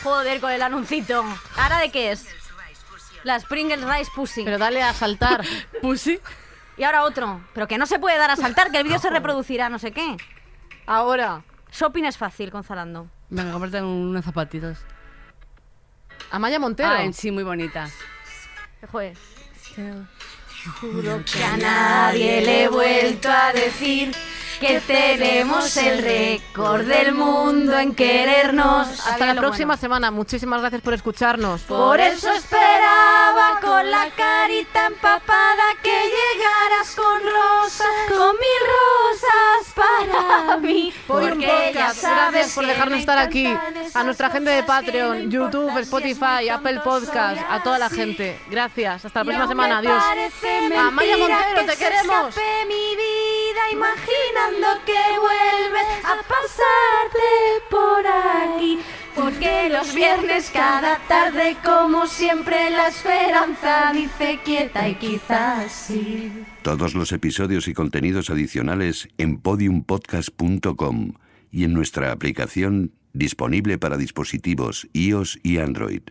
Joder, con el anuncito. ¿Ahora de qué es? Las Pringles Rice Pussy.
Pero dale a
[laughs]
saltar.
Pussy.
Y ahora otro. Pero que no se puede dar a saltar, que el vídeo se reproducirá, no sé qué.
Ahora.
Shopping es fácil con Zalando.
Venga, cómprate unos zapatitos.
Amaya Montero.
Ah, sí, muy bonita.
Joder.
Te
Que a nadie le he vuelto a decir que tenemos el récord del mundo en querernos.
Hasta la próxima semana. Muchísimas gracias por escucharnos.
Por eso esperaba con la carita empapada que llegaras con rosas, con mil
[laughs]
rosas para mí.
Por un
Porque ya
podcast.
sabes
Gracias por
que
dejarnos
me
estar aquí.
encantan esas
A nuestra gente de
cosas que no
Patreon,
importan
YouTube,
si es
Spotify,
muy
Apple
tonto,
Podcast,
soy
a toda la
así.
gente. Gracias. Hasta la
Y
próxima semana.
aún me
Adiós.
parece
Amaya
mentira
Montero,
que
te
se
queremos.
escape mi vida imaginando que vuelves a pasarte por aquí. Porque los viernes cada tarde, como siempre, la esperanza dice quieta y quizás sí.
Todos los episodios y contenidos adicionales en podiumpodcast.com y en nuestra aplicación disponible para dispositivos iOS y Android.